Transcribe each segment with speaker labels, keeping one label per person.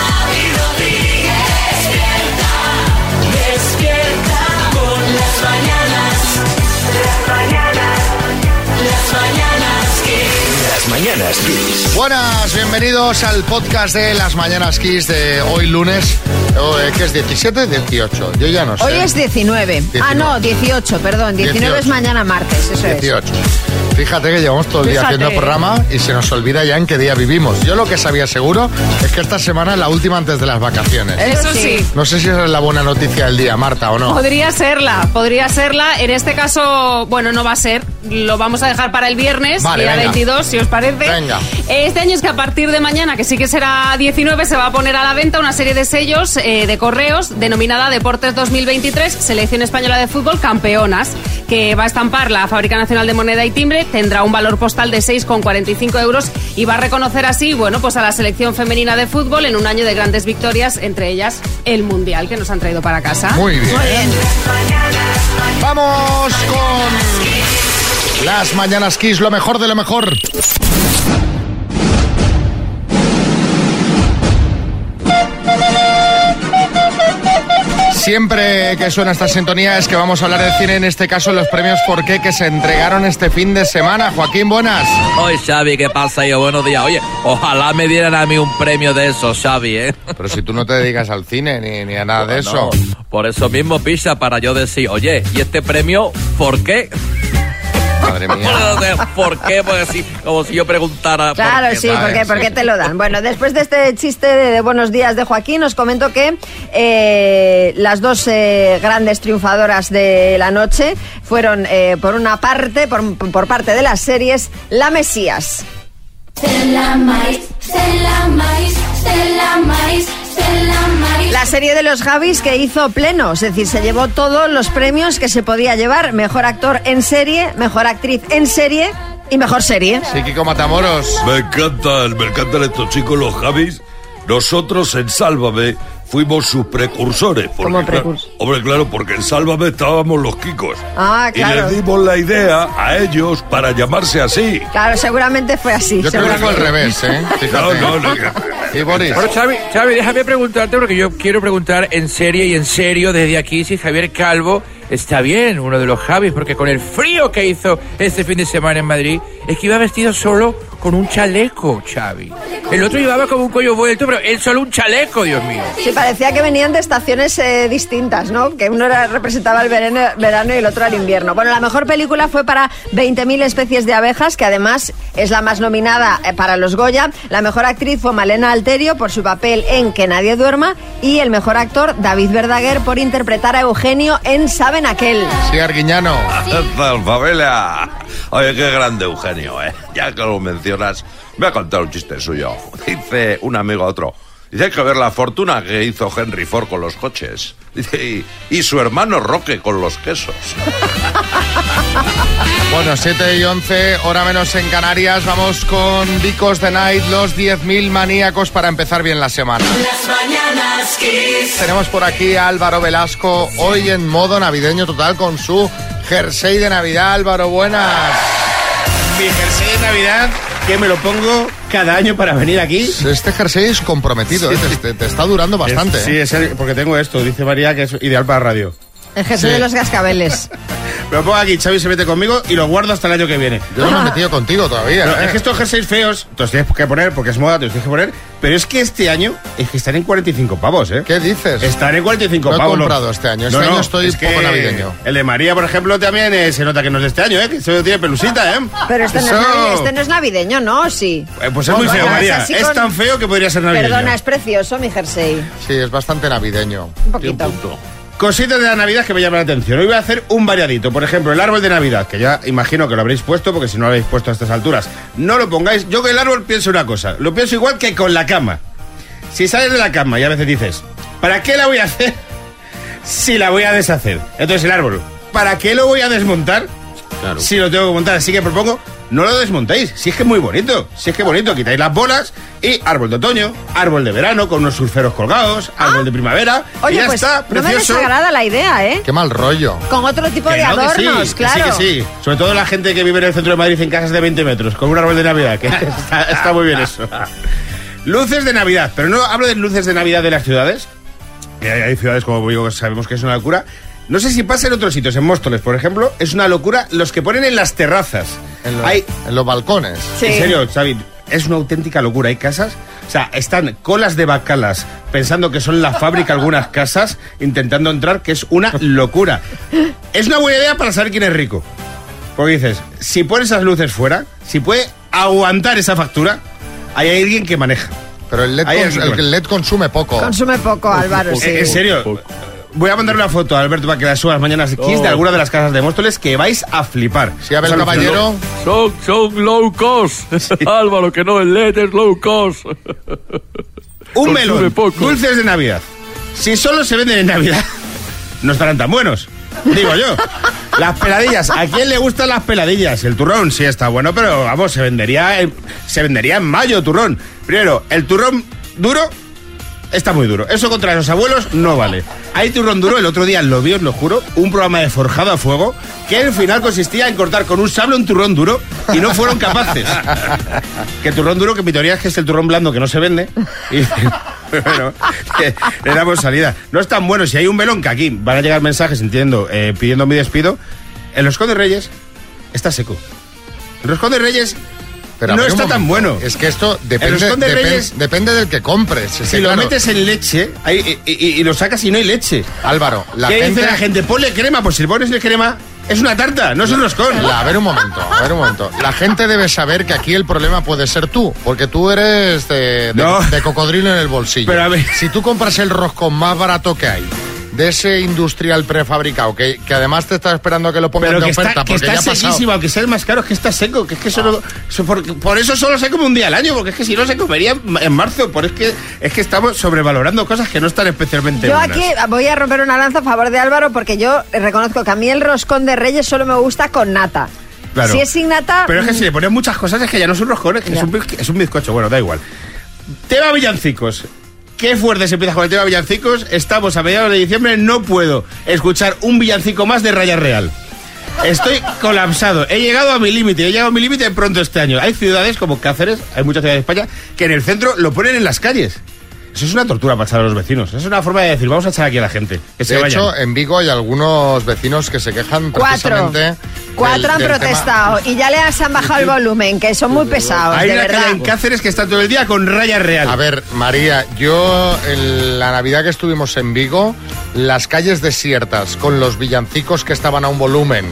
Speaker 1: Xavi Rodríguez, despierta, despierta con las mañanas, las mañanas, las mañanas que
Speaker 2: Las mañanas Kiss.
Speaker 3: Buenas, bienvenidos al podcast de las Mañanas Kiss de hoy lunes, Oh, eh, que es 17, 18, yo ya no sé.
Speaker 4: Hoy es 19. Ah, no, 18, perdón. 19 es
Speaker 3: 18.
Speaker 4: mañana martes, eso es.
Speaker 3: 18. Fíjate que llevamos todo el día
Speaker 4: Fíjate.
Speaker 3: haciendo programa y se nos olvida ya en qué día vivimos. Yo lo que sabía seguro es que esta semana es la última antes de las vacaciones.
Speaker 5: Eso sí.
Speaker 3: No sé si esa es la buena noticia del día, Marta, o no.
Speaker 5: Podría serla, podría serla. En este caso, bueno, no va a ser. Lo vamos a dejar para el viernes,
Speaker 3: Vale,
Speaker 5: día
Speaker 3: venga.
Speaker 5: 22, si os parece.
Speaker 3: Venga.
Speaker 5: Este año es que a partir de mañana, que sí que será 19, se va a poner a la venta una serie de sellos eh, de correos denominada Deportes 2023, Selección Española de Fútbol Campeonas, que va a estampar la Fábrica Nacional de Moneda y Timbre, tendrá un valor postal de 6,45 euros y va a reconocer así, bueno, pues a la selección femenina de fútbol en un año de grandes victorias, entre ellas el Mundial que nos han traído para casa.
Speaker 3: Muy bien. Vamos con las Mañanas Kiss, lo mejor de lo mejor. Siempre que suena esta sintonía es que vamos a hablar de cine, en este caso los premios Forqué que se entregaron este fin de semana. Joaquín, buenas.
Speaker 6: Oye, Xavi, ¿qué pasa yo? Buenos días. Oye, ojalá me dieran a mí un premio de esos, Xavi, ¿eh?
Speaker 3: Pero si tú no te dedicas al cine ni, ni a nada de eso.
Speaker 6: No, por eso mismo, pisa para yo decir, oye, ¿y este premio por qué?
Speaker 3: Madre mía.
Speaker 6: ¿Por qué? Pues así, como si yo preguntara. ¿por
Speaker 4: Claro,
Speaker 6: qué,
Speaker 4: sí,
Speaker 6: ¿sabes?
Speaker 2: ¿eh?
Speaker 4: porque,
Speaker 3: sí.
Speaker 4: porque te lo dan. Bueno, después de este chiste de, de buenos días de Joaquín, os comento que eh, las dos eh, grandes triunfadoras de la noche fueron, eh, por una parte, por, por parte de las series, La Mesías.
Speaker 7: Se la maíz, se la maíz, se la maíz, se la maíz.
Speaker 4: La serie de los Javis que hizo pleno, es decir, se llevó todos los premios que se podía llevar. Mejor actor en serie, mejor actriz en serie y mejor serie.
Speaker 3: Sí, Kiko Matamoros.
Speaker 8: Me encantan, me encantan estos chicos, los Javis. Nosotros en Sálvame fuimos sus precursores. porque,
Speaker 4: ¿Cómo
Speaker 8: claro,
Speaker 4: precursor?
Speaker 8: hombre, claro, porque en Sálvame estábamos los Kikos.
Speaker 4: Ah,
Speaker 8: Y
Speaker 4: claro.
Speaker 8: les dimos la idea a ellos para llamarse así.
Speaker 4: Claro, seguramente fue así.
Speaker 3: Yo creo que fue al
Speaker 4: seguramente.
Speaker 3: revés, ¿eh?
Speaker 8: No,
Speaker 3: Fíjate.
Speaker 8: no, no.
Speaker 3: Y Boris.
Speaker 6: Pero Xavi, Xavi, déjame preguntarte, porque yo quiero preguntar en serio y en serio desde aquí si Javier Calvo está bien, uno de los Javis, porque con el frío que hizo este fin de semana en Madrid, es que iba vestido solo con un chaleco, Xavi. El otro llevaba como un cuello vuelto, pero él solo un chaleco, Dios mío.
Speaker 4: Sí, parecía que venían de estaciones eh, distintas, ¿no? Que uno era- representaba el verano, verano y el otro el invierno. Bueno, la mejor película fue para 20.000 especies de abejas, que además es la más nominada eh, para los Goya. La mejor actriz fue Malena Alterio por su papel en Que nadie duerma y el mejor actor David Verdaguer por interpretar a Eugenio en Saben aquel.
Speaker 3: Sí, Arguiñano.
Speaker 8: Zalfabela. Oye, qué grande Eugenio, ¿eh? Ya que lo mencionas, voy a contar un chiste suyo. Dice un amigo a otro. Dice, hay que ver la fortuna que hizo Henry Ford con los coches. Dice, y, y su hermano Roque con los quesos.
Speaker 3: Bueno, 7 y 11, hora menos en Canarias. Vamos con Dicos de Night, los 10.000 maníacos para empezar bien la semana.
Speaker 1: las mañanas que
Speaker 3: Tenemos por aquí a Álvaro Velasco, hoy en modo navideño total con su jersey de Navidad. Álvaro, buenas.
Speaker 9: Mi jersey de Navidad que me lo pongo cada año para venir aquí.
Speaker 3: Este jersey es comprometido, ¿eh? Te- te, te está durando bastante.
Speaker 9: Es- sí,
Speaker 3: ¿eh?
Speaker 9: es el- porque tengo esto, dice María que es ideal para radio.
Speaker 4: El jefe de los cascabeles.
Speaker 9: Me lo pongo aquí, Xavi se mete conmigo y lo guardo hasta el año que viene.
Speaker 3: Yo no me he metido contigo todavía.
Speaker 9: No,
Speaker 3: ¿eh?
Speaker 9: es que estos jerseys feos, te los tienes que poner porque es moda, te los tienes que poner, pero es que este año es que están en 45 pavos, ¿eh?
Speaker 3: ¿Qué dices?
Speaker 9: Están en 45
Speaker 3: No he
Speaker 9: pavos.
Speaker 3: comprado este año, este año estoy poco navideño.
Speaker 9: El de María, por ejemplo, también eh, se nota que no es de este año, ¿eh? Que solo tiene pelusita, ¿eh?
Speaker 4: Pero este no, es
Speaker 9: Eso-
Speaker 4: navi- este no es navideño, ¿no? Sí.
Speaker 9: Eh, pues es muy
Speaker 4: Bueno,
Speaker 9: feo,
Speaker 4: es
Speaker 9: María.
Speaker 4: así
Speaker 9: Es
Speaker 4: con-
Speaker 9: tan feo que podría ser navideño.
Speaker 4: Perdona, es precioso mi jersey.
Speaker 3: Sí, es bastante navideño.
Speaker 4: Un
Speaker 9: pues,
Speaker 4: poquito.
Speaker 9: Cositas de la Navidad que me llaman la atención. Hoy voy a hacer un variadito. Por ejemplo, el árbol de Navidad, que ya imagino que lo habréis puesto, porque si no lo habéis puesto a estas alturas, no lo pongáis. Yo con el árbol pienso una cosa. Lo pienso igual que con la cama. Si sales de la cama y a veces dices, ¿para qué la voy a hacer si la voy a deshacer? Entonces el árbol, ¿para qué lo voy a desmontar
Speaker 8: Claro.
Speaker 9: si lo tengo que montar? Así que propongo no lo desmontéis. Si es que es muy bonito, si es que es bonito, quitáis las bolas y árbol de otoño, árbol de verano con unos surferos colgados, árbol de primavera y
Speaker 4: Ah. Oye,
Speaker 9: ya
Speaker 4: pues
Speaker 9: está,
Speaker 4: no me
Speaker 9: precioso.
Speaker 4: desagrada la idea, ¿eh?
Speaker 3: Qué mal rollo.
Speaker 4: Con otro tipo
Speaker 9: Que
Speaker 4: de
Speaker 9: no, que sí,
Speaker 4: adornos,
Speaker 9: que sí,
Speaker 4: claro.
Speaker 9: que sí. Sobre todo la gente que vive en el centro de Madrid en casas de 20 metros, con un árbol de Navidad, que está, está muy bien eso. Luces de Navidad, pero no hablo de luces de Navidad de las ciudades. que Hay, hay ciudades, como digo, que sabemos que es una locura. No sé si pasa en otros sitios, en Móstoles, por ejemplo, es una locura los que ponen en las terrazas.
Speaker 3: En, los-
Speaker 9: Hay,
Speaker 3: en los balcones.
Speaker 4: Sí.
Speaker 9: en serio, Xavi, es una auténtica locura. Hay casas, o sea, están colas de bacalas pensando que son la fábrica algunas casas, intentando entrar, que es una locura. Es una buena idea para saber quién es rico. Porque dices, si pones esas luces fuera, si puede aguantar esa factura, hay alguien que maneja.
Speaker 3: Pero el LED,
Speaker 9: Ahí
Speaker 3: cons-
Speaker 9: es
Speaker 3: el, LED consume poco.
Speaker 4: Consume poco, Álvaro, sí.
Speaker 9: Eh, En serio. Voy a mandar una foto a Alberto para que la subas mañana si quieres, de alguna de las casas de Móstoles que vais a flipar.
Speaker 3: Oh. Sí, Abel
Speaker 9: Es alucinante.
Speaker 3: Caballero.
Speaker 2: Son, son low cost. Álvaro, que no, el LED es low cost.
Speaker 9: Un
Speaker 2: Consume
Speaker 9: melón,
Speaker 2: poco.
Speaker 9: dulces de Navidad. Si solo se venden en Navidad, no estarán tan buenos. Digo yo. Las peladillas. ¿A quién le gustan las peladillas? El turrón sí está bueno, pero vamos, se vendería en, se vendería en mayo turrón. Primero, el turrón duro está muy duro. Eso contra los abuelos no vale. Hay turrón duro, el otro día lo vi, os lo juro, un programa de forjado a fuego que al final consistía en cortar con un sable un turrón duro y no fueron capaces. Que turrón duro, que mi teoría es que es el turrón blando que no se vende. Y, bueno, que le damos salida. No es tan bueno. Si hay un melón que aquí van a llegar mensajes, entiendo, eh, pidiendo mi despido, el roscón de Reyes está seco. El roscón de Reyes
Speaker 3: Pero a
Speaker 9: no
Speaker 3: ver, un
Speaker 9: está tan
Speaker 3: momento.
Speaker 9: bueno.
Speaker 3: Es que esto depende,
Speaker 9: roscón de
Speaker 3: depen-
Speaker 9: Reyes-
Speaker 3: depende del que compres. Es
Speaker 9: si
Speaker 3: que,
Speaker 9: lo
Speaker 3: Pues claro,
Speaker 9: metes en leche ahí, y, y- y lo sacas y no hay leche.
Speaker 3: Álvaro, la
Speaker 9: ¿Qué
Speaker 3: gente...
Speaker 9: dice la gente? Ponle crema. Pues si le pones crema, es una tarta, no es un roscón.
Speaker 3: La- a ver un momento, a ver un momento. La gente debe saber que aquí el problema puede ser tú, porque tú eres de, de-
Speaker 9: No.
Speaker 3: de cocodrilo en el bolsillo.
Speaker 9: Pero a ver.
Speaker 3: Si tú compras el roscón más barato que hay, de ese industrial prefabricado, que, que además te está esperando que lo pongan
Speaker 9: Pero
Speaker 3: de
Speaker 9: que
Speaker 3: oferta,
Speaker 9: está, que
Speaker 3: porque
Speaker 9: está
Speaker 3: ya ha pasado.
Speaker 9: sequísimo, aunque sea el más caro, es que está seco. Que es que solo, so- por, por eso solo se come un día al año, porque es que si no se comería en ma- en marzo. Por es que es que estamos sobrevalorando cosas que no están especialmente
Speaker 4: Yo
Speaker 9: buenas.
Speaker 4: aquí voy a romper una lanza a favor de Álvaro porque yo reconozco que a mí el roscón de Reyes solo me gusta con nata.
Speaker 9: Claro.
Speaker 4: Si es mm. sin nata,
Speaker 9: Pero es que si le pones muchas cosas es que ya no son roscones, que es un, bizco- es un bizcocho. Bueno, da igual. Tema villancicos. Qué fuerte se empieza con el tema villancicos. Estamos a mediados de diciembre, no puedo escuchar un villancico más de Raya Real. Estoy colapsado. He llegado a mi límite. He llegado a mi límite pronto este año. Hay ciudades como Cáceres, hay muchas ciudades de España, que en el centro lo ponen en las calles. Eso es una tortura pasar a los vecinos. Es una forma de decir, vamos a echar aquí a la gente. Que se
Speaker 3: De
Speaker 9: vayan.
Speaker 3: hecho, en Vigo hay algunos vecinos que se quejan
Speaker 4: mm, cuatro.
Speaker 3: precisamente...
Speaker 4: Cuatro
Speaker 3: del-
Speaker 4: han
Speaker 3: del tema-
Speaker 4: protestado y ya les han bajado el volumen, que son muy pesados,
Speaker 9: Hay
Speaker 4: de
Speaker 9: una
Speaker 4: verdad.
Speaker 9: calle en Cáceres que está todo el día con Raya Real.
Speaker 3: A ver, María, yo en la Navidad que estuvimos en Vigo, las calles desiertas, con los villancicos que estaban a un volumen.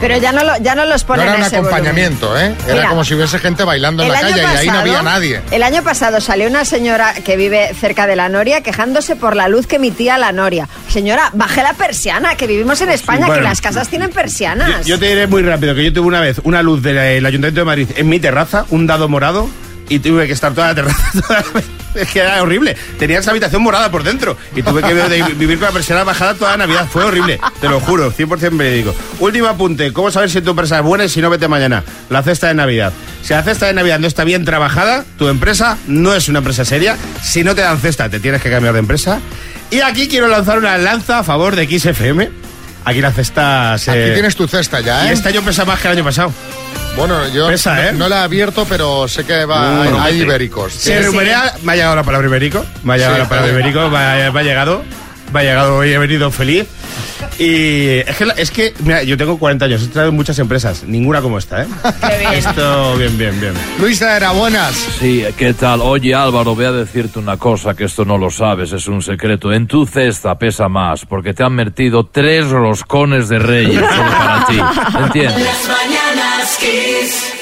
Speaker 4: Pero ya no, lo- ya no los
Speaker 3: No
Speaker 4: ponen
Speaker 3: era un
Speaker 4: a ese volumen.
Speaker 3: acompañamiento, ¿eh? Era
Speaker 4: Mira,
Speaker 3: como si hubiese gente bailando en
Speaker 4: El
Speaker 3: la
Speaker 4: año
Speaker 3: calle y ahí no
Speaker 4: pasado- eh,
Speaker 3: había nadie.
Speaker 4: El año pasado salió una señora que vive cerca de la Noria quejándose por la luz que emitía la Noria. Señora, baje la persiana, que vivimos en España,
Speaker 9: bueno.
Speaker 4: que las casas tienen
Speaker 9: Yo,
Speaker 4: persianas.
Speaker 9: yo te diré muy rápido que yo tuve una vez una luz del eh, Ayuntamiento de Madrid en mi terraza, un dado morado, y tuve que estar toda la terraza. toda la vez. Es que era horrible. Tenías la habitación morada por dentro y tuve que de- vivir con la persiana bajada toda la Navidad. Fue horrible, te lo juro, 100% verídico. Último apunte: ¿cómo saber si tu empresa es buena y si no vete mañana? La cesta de Navidad. Si la cesta de Navidad no está bien trabajada, tu empresa no es una empresa seria. Si no te dan cesta, te tienes que cambiar de empresa. Y aquí quiero lanzar una lanza a favor de XFM. Aquí la cesta se.
Speaker 3: Aquí tienes tu cesta ya,
Speaker 9: Y
Speaker 3: ¿eh?
Speaker 9: este año pesa más que el año pasado.
Speaker 3: Bueno, yo
Speaker 9: Pesa,
Speaker 3: no,
Speaker 9: ¿eh?
Speaker 3: no la he abierto, pero sé que va, hay- hay ibéricos.
Speaker 9: Uh, Se rumorea- Me ha llegado la palabra ibérico. Me ha llegado
Speaker 3: Sí.
Speaker 9: la palabra ibérico. Me ha, me ha llegado. Me ha llegado hoy. He venido feliz. Y es que, la- es que mira, yo tengo 40 años. He estado en muchas empresas. Ninguna como esta, ¿eh? Esto, bien, bien, bien.
Speaker 3: Luisa era buenas.
Speaker 2: Sí, ¿qué tal? Oye Álvaro, voy a decirte una cosa que esto no lo sabes, es un secreto. En tu cesta pesa más porque te han metido tres roscones de reyes solo para ti. ¿Entiendes?
Speaker 1: Las mañanas Kiss.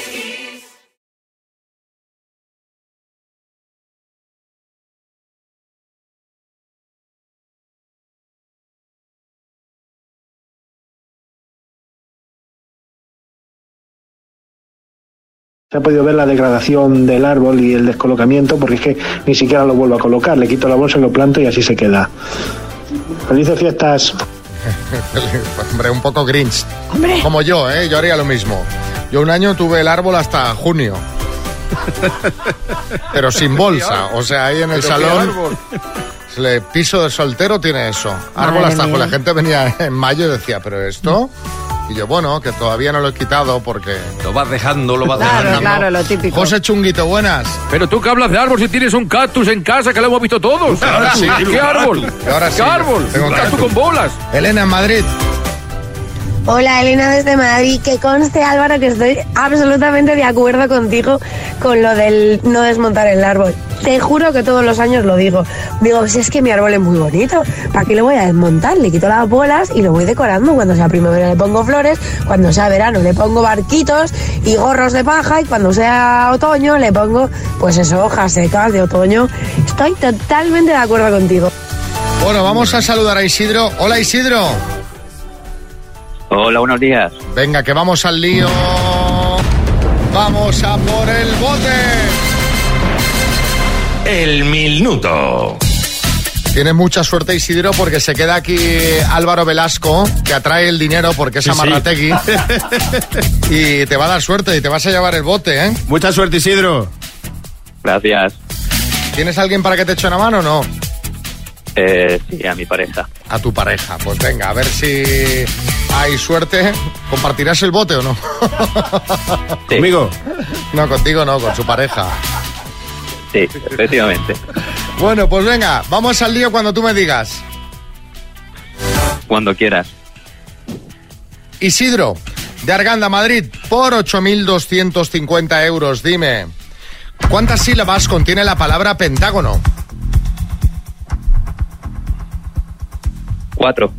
Speaker 10: Se ha podido ver la degradación del árbol y el descolocamiento porque es que ni siquiera lo vuelvo a colocar. Le quito la bolsa, lo planto y así se queda. Felices fiestas.
Speaker 3: Hombre, un poco Grinch. Como yo, ¿eh? Yo haría lo mismo. Yo un año tuve el árbol hasta junio. Pero sin bolsa. O sea, ahí en el
Speaker 8: Pero qué
Speaker 3: salón.
Speaker 8: árbol.
Speaker 3: se le- Piso de soltero tiene eso. Árbol
Speaker 4: Madre
Speaker 3: hasta junio.
Speaker 4: mía.
Speaker 3: La gente venía en mayo y decía, ¿pero esto? Y yo, bueno, que todavía no lo he quitado porque.
Speaker 8: Lo vas dejando, lo vas
Speaker 4: Claro,
Speaker 8: dejando.
Speaker 4: claro, lo típico.
Speaker 3: José Chunguito, buenas.
Speaker 2: Pero tú que hablas de árbol si tienes un cactus en casa que lo hemos visto todos.
Speaker 8: Ahora sí,
Speaker 6: Ah,
Speaker 2: ¿Qué árbol?
Speaker 3: Y ahora sí,
Speaker 2: ¿Qué árbol?
Speaker 3: tengo
Speaker 2: Un
Speaker 3: cactus.
Speaker 2: cactus con bolas.
Speaker 3: Elena, en Madrid.
Speaker 11: Hola Elena desde Madrid, que conste Álvaro que estoy absolutamente de acuerdo contigo con lo del no desmontar el árbol. Te juro que todos los años lo digo. Digo, si es que mi árbol es muy bonito, ¿para qué lo voy a desmontar? Le quito las bolas y lo voy decorando. Cuando sea primavera le pongo flores, cuando sea verano le pongo barquitos y gorros de paja y cuando sea otoño le pongo, pues eso, hojas secas de otoño. Estoy totalmente de acuerdo contigo.
Speaker 3: Bueno, vamos a saludar a Isidro. Hola, Isidro.
Speaker 12: Hola, buenos días.
Speaker 3: Venga, que vamos al lío. Vamos a por el bote.
Speaker 8: El minuto.
Speaker 3: Tienes mucha suerte, Isidro, porque se queda aquí Álvaro Velasco, que atrae el dinero porque es
Speaker 9: Sí, sí.
Speaker 3: amarrategui. y te va a dar suerte y te vas a llevar el bote, ¿eh?
Speaker 9: Mucha suerte, Isidro.
Speaker 12: Gracias.
Speaker 3: ¿Tienes alguien para que te eche una mano o no?
Speaker 12: Eh, sí, a mi pareja.
Speaker 3: A tu pareja. Pues venga, a ver si hay suerte. ¿Compartirás el bote o no?
Speaker 12: Sí,
Speaker 9: Conmigo.
Speaker 3: no, contigo no, con su pareja.
Speaker 12: Sí, efectivamente.
Speaker 3: Bueno, pues venga, vamos al lío cuando tú me digas.
Speaker 12: Cuando quieras.
Speaker 3: Isidro, de Arganda, Madrid, por 8.250 euros, dime, ¿cuántas sílabas contiene la palabra pentágono?
Speaker 12: Cuatro.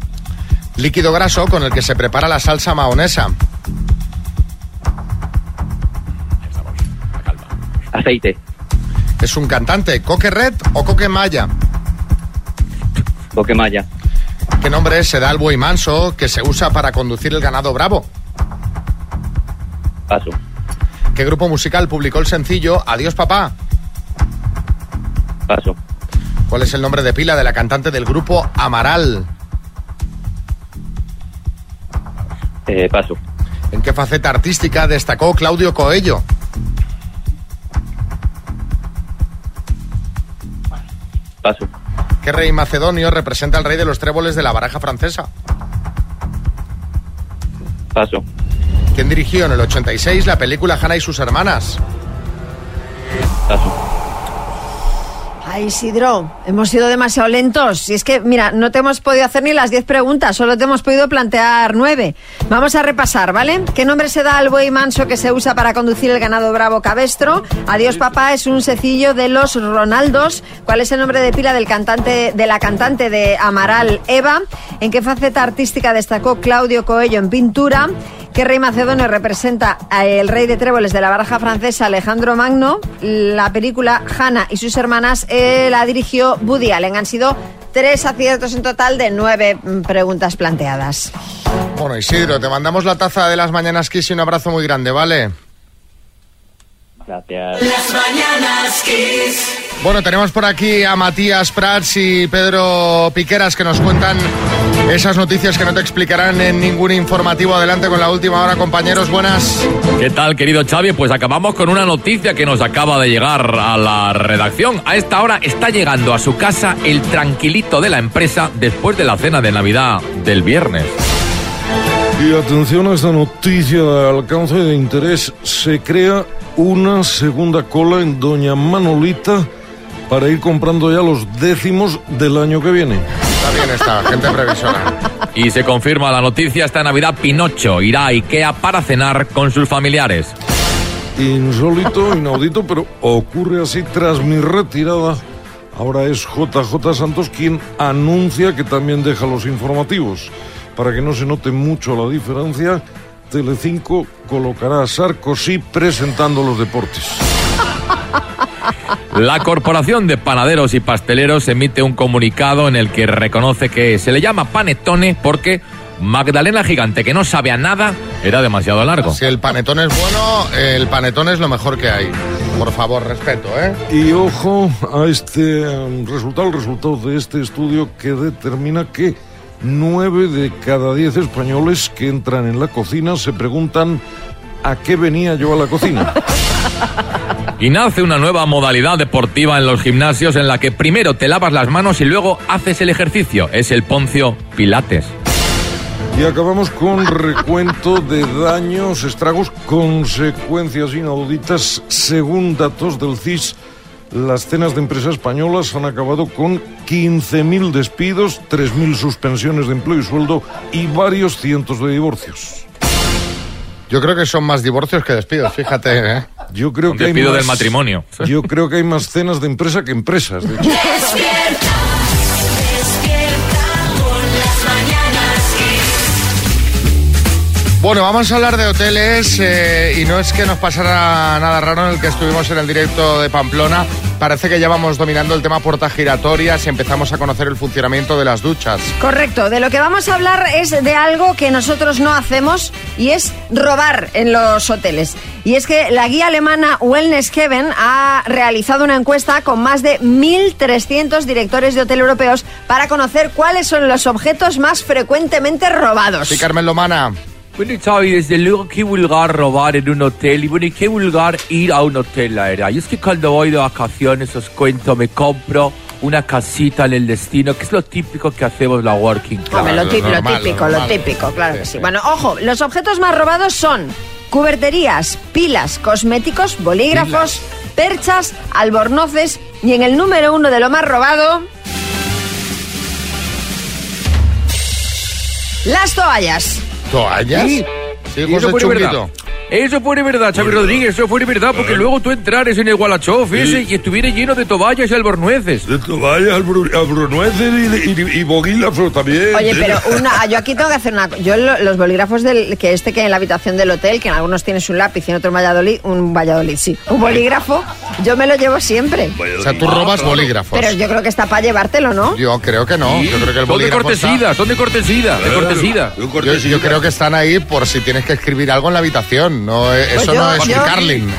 Speaker 3: Líquido graso con el que se prepara la salsa mahonesa.
Speaker 12: Aceite.
Speaker 3: Es un cantante, Coque Red o Coque Maya.
Speaker 12: Coquemaya.
Speaker 3: ¿Qué nombre se da al buey manso que se usa para conducir el ganado bravo?
Speaker 12: Paso.
Speaker 3: ¿Qué grupo musical publicó el sencillo Adiós papá?
Speaker 12: Paso.
Speaker 3: ¿Cuál es el nombre de pila de la cantante del grupo Amaral?
Speaker 12: Eh, paso.
Speaker 3: ¿En qué faceta artística destacó Claudio Coello?
Speaker 12: Paso.
Speaker 3: ¿Qué rey macedonio representa al rey de los tréboles de la baraja francesa?
Speaker 12: Paso.
Speaker 3: ¿Quién dirigió en el 86 la película Hannah y sus hermanas?
Speaker 12: Paso.
Speaker 4: Ay, Isidro, hemos sido demasiado lentos. Y es que, mira, no te hemos podido hacer ni las 10 preguntas, solo te hemos podido plantear 9. Vamos a repasar, ¿vale? ¿Qué nombre se da al buey manso que se usa para conducir el ganado bravo cabestro? Adiós, papá, es un sencillo de los Ronaldos. ¿Cuál es el nombre de pila del cantante, de la cantante de Amaral, Eva? ¿En qué faceta artística destacó Claudio Coello en pintura? ¿Qué rey macedonio representa al rey de tréboles de la baraja francesa Alejandro Magno? La película Hannah y sus hermanas eh, la dirigió Woody Allen. Han sido tres aciertos en total de nueve mm, preguntas planteadas.
Speaker 3: Bueno, Isidro, te mandamos la taza de las mañanas Kiss y un abrazo muy grande, ¿vale?
Speaker 12: Gracias.
Speaker 1: Las mañanas kiss.
Speaker 3: Bueno, tenemos por aquí a Matías Prats y Pedro Piqueras que nos cuentan esas noticias que no te explicarán en ningún informativo. Adelante con la última hora, compañeros. Buenas.
Speaker 2: ¿Qué tal, querido Xavi? Pues acabamos con una noticia que nos acaba de llegar a la redacción. A esta hora está llegando a su casa el tranquilito de la empresa después de la cena de Navidad del viernes.
Speaker 13: Y atención a esta noticia de alcance de interés. Se crea una segunda cola en Doña Manolita para ir comprando ya los décimos del año que viene.
Speaker 3: Está bien esta gente previsora.
Speaker 2: Y se confirma la noticia, esta Navidad Pinocho irá a Ikea para cenar con sus familiares.
Speaker 13: Insólito, inaudito, pero ocurre así tras mi retirada. Ahora es JJ Santos quien anuncia que también deja los informativos. Para que no se note mucho la diferencia, Telecinco colocará a Sarkozy presentando los deportes.
Speaker 2: La Corporación de Panaderos y Pasteleros emite un comunicado en el que reconoce que se le llama panetone porque Magdalena Gigante, que no sabe a nada, era demasiado largo.
Speaker 3: Si el panetón es bueno, el panetón es lo mejor que hay. Por favor, respeto, ¿eh?
Speaker 13: Y ojo a este um, resultado, el resultado de este estudio que determina que nueve de cada diez españoles que entran en la cocina se preguntan a qué venía yo a la cocina.
Speaker 2: Y nace una nueva modalidad deportiva en los gimnasios en la que primero te lavas las manos y luego haces el ejercicio. Es el Poncio Pilates.
Speaker 13: Y acabamos con recuento de daños, estragos, consecuencias inauditas. Según datos del CIS, las cenas de empresas españolas han acabado con 15.000 despidos, 3.000 suspensiones de empleo y sueldo y varios cientos de divorcios.
Speaker 3: Yo creo que son más divorcios que despidos, fíjate, ¿eh?
Speaker 13: Yo creo
Speaker 2: Un
Speaker 13: que hay
Speaker 2: despido
Speaker 13: más-
Speaker 2: del matrimonio.
Speaker 13: Yo creo que hay más cenas de empresa que empresas. de hecho.
Speaker 1: Despierta, despierta con las mañanas Kiss.
Speaker 3: Bueno, vamos a hablar de hoteles eh, y no es que nos pasara nada raro en el que estuvimos en el directo de Pamplona. Parece que ya vamos dominando el tema puertas giratorias y empezamos a conocer el funcionamiento de las duchas.
Speaker 4: Correcto, de lo que vamos a hablar es de algo que nosotros no hacemos y es robar en los hoteles. Y es que la guía alemana Wellness Heaven ha realizado una encuesta con más de 1.300 directores de hotel europeos para conocer cuáles son los objetos más frecuentemente robados.
Speaker 3: Sí, Carmen Lomana.
Speaker 6: Bueno, Xavi, desde luego qué vulgar robar en un hotel y bueno, y qué vulgar ir a un hotel, la verdad. Yo es que cuando voy de vacaciones, os cuento, me compro una casita en el destino, que es lo típico que hacemos la working class.
Speaker 4: Hombre, lo, tip- lo típico, lo, típico, claro que sí. Bueno, ojo, los objetos más robados son cuberterías, pilas, cosméticos, bolígrafos, perchas, albornoces y en el número uno de lo más robado... Las toallas.
Speaker 3: ¿Toallas?
Speaker 6: Sí.
Speaker 3: Sí,
Speaker 6: Y
Speaker 3: José
Speaker 6: eso pone verdad.
Speaker 3: Chunguito.
Speaker 6: Eso pone verdad, Xavi Rodríguez, eso pone verdad, porque luego tú entrares en el Gualachov ese y estuviera lleno de toballas y albornueces.
Speaker 8: De toballas, albru- albornueces y, y, y boguílafos también.
Speaker 4: Oye, pero una, yo aquí tengo que hacer una. Yo lo- los bolígrafos del que este que en la habitación del hotel, que en algunos tienes un lápiz y en otro un Valladolid, un Valladolid, sí, un bolígrafo, yo me lo llevo siempre.
Speaker 3: O sea, tú robas bolígrafos.
Speaker 4: Pero yo creo que está para llevártelo, ¿no?
Speaker 3: Yo creo que no. Yo creo que
Speaker 2: Son
Speaker 3: el
Speaker 2: de
Speaker 3: bolígrafo está-
Speaker 2: cortesía, son de cortesía, de cortesía.
Speaker 3: Yo, yo creo que están ahí por si tienes que escribir algo en la habitación. No, eh,
Speaker 4: Pues
Speaker 3: eso
Speaker 4: yo-
Speaker 3: no es
Speaker 4: yo-
Speaker 3: un Carling,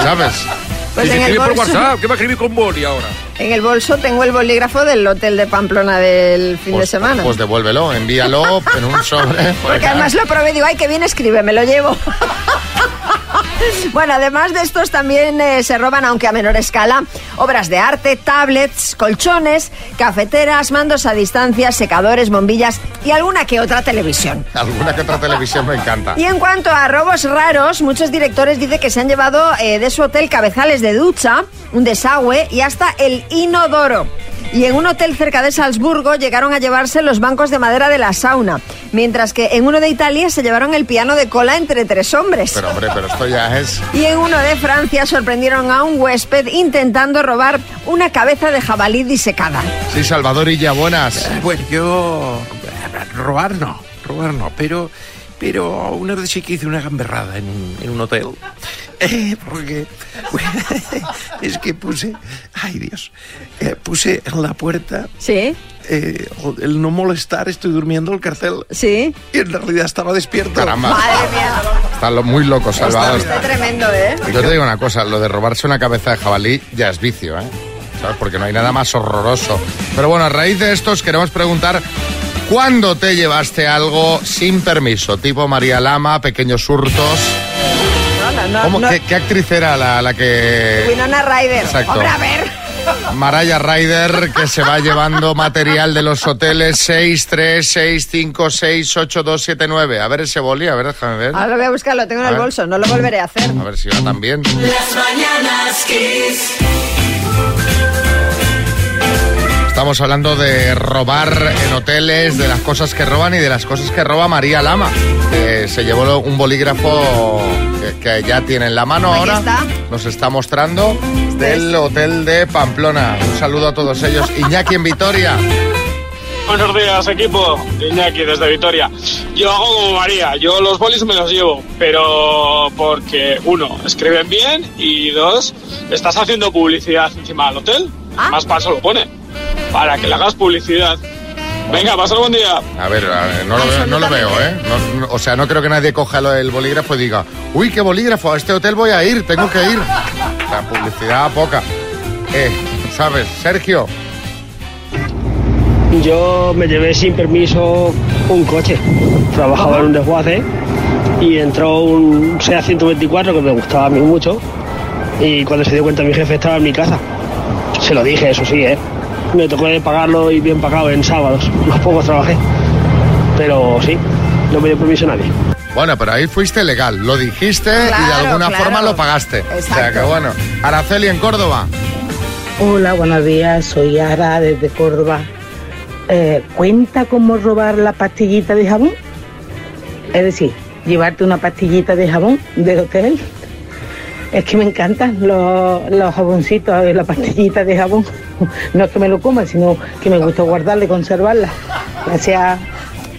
Speaker 3: ¿sabes?
Speaker 4: Pues en el, bolso,
Speaker 6: ¿qué va a escribir con boli ahora?
Speaker 4: en el bolso tengo el bolígrafo del hotel de Pamplona del fin de
Speaker 3: Pues,
Speaker 4: semana.
Speaker 3: pues devuélvelo, envíalo en un sobre.
Speaker 4: Porque además lo probé, digo, ay, qué bien escribe, me lo llevo. Bueno, además de estos también eh, se roban, aunque a menor escala, obras de arte, tablets, colchones, cafeteras, mandos a distancia, secadores, bombillas y alguna que otra televisión.
Speaker 3: Alguna que otra televisión me encanta.
Speaker 4: Y en cuanto a robos raros, muchos directores dicen que se han llevado eh, de su hotel cabezales de ducha, un desagüe y hasta el inodoro. Y en un hotel cerca de Salzburgo llegaron a llevarse los bancos de madera de la sauna, mientras que en uno de Italia se llevaron el piano de cola entre tres hombres.
Speaker 3: Pero hombre, pero esto ya es...
Speaker 4: Y en uno de Francia sorprendieron a un huésped intentando robar una cabeza de jabalí disecada.
Speaker 3: Sí, Salvador y ya buenas.
Speaker 14: Pues yo. Robar no, robar no, pero. Pero una vez sí que hice una gamberrada en un, en un hotel. Eh, porque. es que puse. Ay Dios. eh, puse en la puerta. eh,
Speaker 4: Sí.
Speaker 14: el no molestar, estoy durmiendo el cartel.
Speaker 4: Sí.
Speaker 14: Y en realidad estaba despierto.
Speaker 4: Madre mía,
Speaker 3: Está lo- muy loco, Salvador.
Speaker 4: está tremendo, ¿eh?
Speaker 3: Yo te digo una cosa, lo de robarse una cabeza de jabalí ya es vicio, ¿eh? ¿Sabes? Porque no hay nada más horroroso. Pero bueno, a raíz de esto os queremos preguntar ¿cuándo te llevaste algo sin permiso? Tipo María Lama, pequeños hurtos.
Speaker 4: No, no, no,
Speaker 3: ¿Cómo?
Speaker 4: no.
Speaker 3: ¿Qué, qué actriz era la, la
Speaker 15: Eh,
Speaker 3: que...?
Speaker 4: Winona Ryder.
Speaker 3: Exacto.
Speaker 4: Hombre, a ver.
Speaker 3: Maraya Ryder, que se va llevando material de los hoteles 6, 3, 6, 5, 6, 8, 2, 7, 9. A ver ese boli, a ver, déjame ver.
Speaker 4: Ahora lo voy a buscar, lo tengo en
Speaker 3: A
Speaker 4: el
Speaker 3: ver.
Speaker 4: bolso, no lo volveré a hacer.
Speaker 3: A ver si va también.
Speaker 1: Las mañanas Kiss.
Speaker 3: Estamos hablando de robar en hoteles, de las cosas que roban y de las cosas que roba María Lama. que se llevó lo- un bolígrafo que, que ya tiene en la mano
Speaker 4: Aquí
Speaker 3: Ah, ahora.
Speaker 4: está. Este
Speaker 3: Nos está mostrando del hotel de Pamplona. Un saludo a todos ellos. Iñaki en Vitoria.
Speaker 16: Buenos días, equipo. Iñaki, desde Vitoria. Yo hago como María, yo los bolis me los llevo, pero porque, uno, escriben bien y dos, estás haciendo publicidad encima del hotel. Más paso lo pone, para que le hagas publicidad. Venga, pasa buen día.
Speaker 3: A ver, a ver,
Speaker 4: Ah,
Speaker 3: no, lo veo, no lo veo, ¿eh? No- no- o sea, no creo que nadie coja lo- el bolígrafo y diga, uy, qué bolígrafo, a este hotel voy a ir, tengo que ir. La publicidad poca. Eh, ¿sabes? Sergio.
Speaker 17: Yo me llevé sin permiso un coche. Trabajaba en un desguace
Speaker 18: y entró un SEA 124 que me gustaba a mí mucho y cuando se dio cuenta mi jefe estaba en mi casa. Se lo dije, eso sí, ¿eh? Me tocó de pagarlo y bien pagado en sábados. Unos pocos trabajé, pero sí, no me dio permiso nadie.
Speaker 3: Bueno, pero ahí fuiste legal, lo dijiste y de
Speaker 18: Claro,
Speaker 3: alguna
Speaker 18: claro.
Speaker 3: forma lo pagaste. O sea que
Speaker 18: Exacto.
Speaker 3: bueno, Araceli en Córdoba.
Speaker 19: Hola, buenos días. Soy Ara desde Córdoba. Eh, ¿Cuenta cómo robar la pastillita de jabón? Es decir, llevarte una pastillita de jabón del hotel. Es que me encantan los, los jaboncitos, eh, la pastillita de jabón. No es que me lo coma, sino que me gusta guardarla y conservarla. Gracias.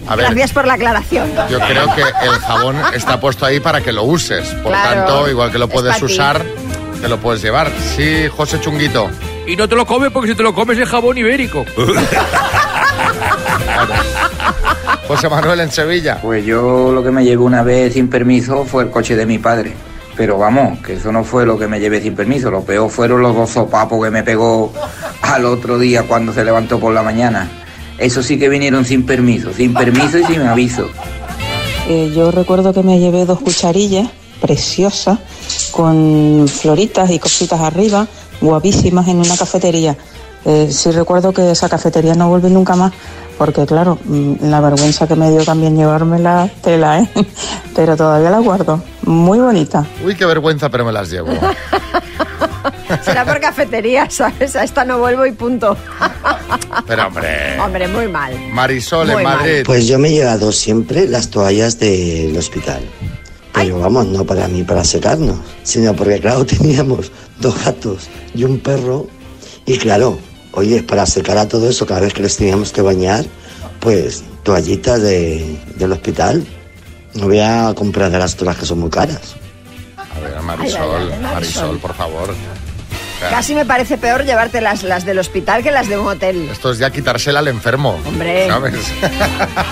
Speaker 3: A ver. Gracias
Speaker 4: por la aclaración.
Speaker 3: Yo creo que el jabón está puesto ahí para que lo uses. Por
Speaker 4: Claro.
Speaker 3: tanto, igual que lo
Speaker 4: Es
Speaker 3: puedes
Speaker 4: pa' ti.
Speaker 3: usar, te lo puedes llevar. Sí, José Chunguito.
Speaker 2: Y no te lo comes porque si te lo comes es jabón ibérico.
Speaker 3: José Manuel en Sevilla.
Speaker 20: Pues yo lo que me llevé una vez sin permiso fue el coche de mi padre. Pero vamos, que eso no fue lo que me llevé sin permiso. Lo peor fueron los dos sopapos que me pegó al otro día cuando se levantó por la mañana. Eso sí que vinieron sin permiso, sin permiso y sin aviso.
Speaker 21: Eh, yo recuerdo que me llevé dos cucharillas preciosas con floritas y cositas arriba, guapísimas en una cafetería. Eh, sí recuerdo que esa cafetería no volví nunca más, porque claro, mm, la vergüenza que me dio también llevármela tela, ¿eh? pero todavía la guardo, muy bonita.
Speaker 3: Uy, qué vergüenza, pero me las llevo.
Speaker 4: Será por cafetería, ¿sabes? A esta no vuelvo y punto.
Speaker 3: Pero hombre.
Speaker 4: Hombre, muy mal.
Speaker 3: Marisol en
Speaker 4: Muy mal.
Speaker 3: Madrid.
Speaker 22: Pues yo me he llevado siempre las toallas del hospital. Pero vamos, no para mí, para secarnos, sino porque, claro, teníamos dos gatos y un perro. Y claro, oye, para secar a todo eso, cada vez que les teníamos que bañar, pues toallitas de- del hospital. No voy a comprar de las toallas que son muy caras.
Speaker 3: A ver, Marisol,
Speaker 4: Ay, ay, ay,
Speaker 3: Marisol,
Speaker 4: Marisol.
Speaker 3: por favor. O sea,
Speaker 4: Casi me parece peor llevarte las, las del hospital que las de un hotel.
Speaker 3: Esto es ya quitársela al enfermo.
Speaker 4: Hombre.
Speaker 3: ¿Sabes?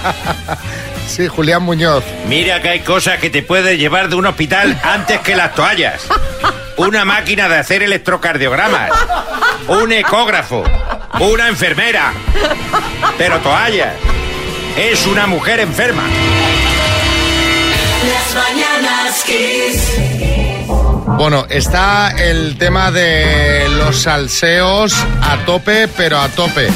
Speaker 3: sí, Julián Muñoz.
Speaker 8: Mira que hay cosas que te puedes llevar de un hospital antes que las toallas. Una máquina de hacer electrocardiogramas. Un ecógrafo. Una enfermera. Pero toallas. Es una mujer enferma.
Speaker 1: Las mañanas kiss.
Speaker 3: Bueno, está el tema de los salseos a tope, pero a tope.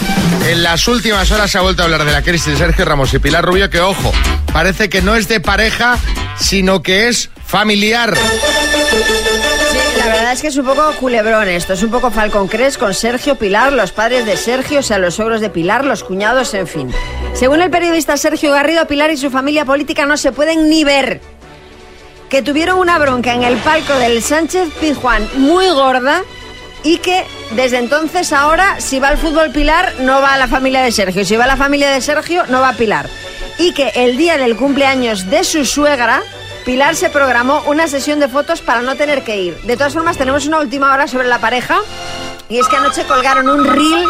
Speaker 3: En las últimas horas se ha vuelto a hablar de la crisis de Sergio Ramos y Pilar Rubio, que ojo, parece que no es de pareja, sino que es familiar.
Speaker 4: Sí, la verdad es que es un poco culebrón esto, es un poco Falcon Crest con Sergio Pilar, los padres de Sergio, o sea, los suegros de Pilar, los cuñados, en fin. Según el periodista Sergio Garrido, Pilar y su familia política no se pueden ni ver. Que tuvieron una bronca en el palco del Sánchez Pizjuán muy gorda y que desde entonces ahora si va al fútbol Pilar no va a la familia de Sergio, si va a la familia de Sergio no va a Pilar. Y que el día del cumpleaños de su suegra, Pilar se programó una sesión de fotos para no tener que ir. De todas formas, tenemos una última hora sobre la pareja y es que anoche colgaron un reel.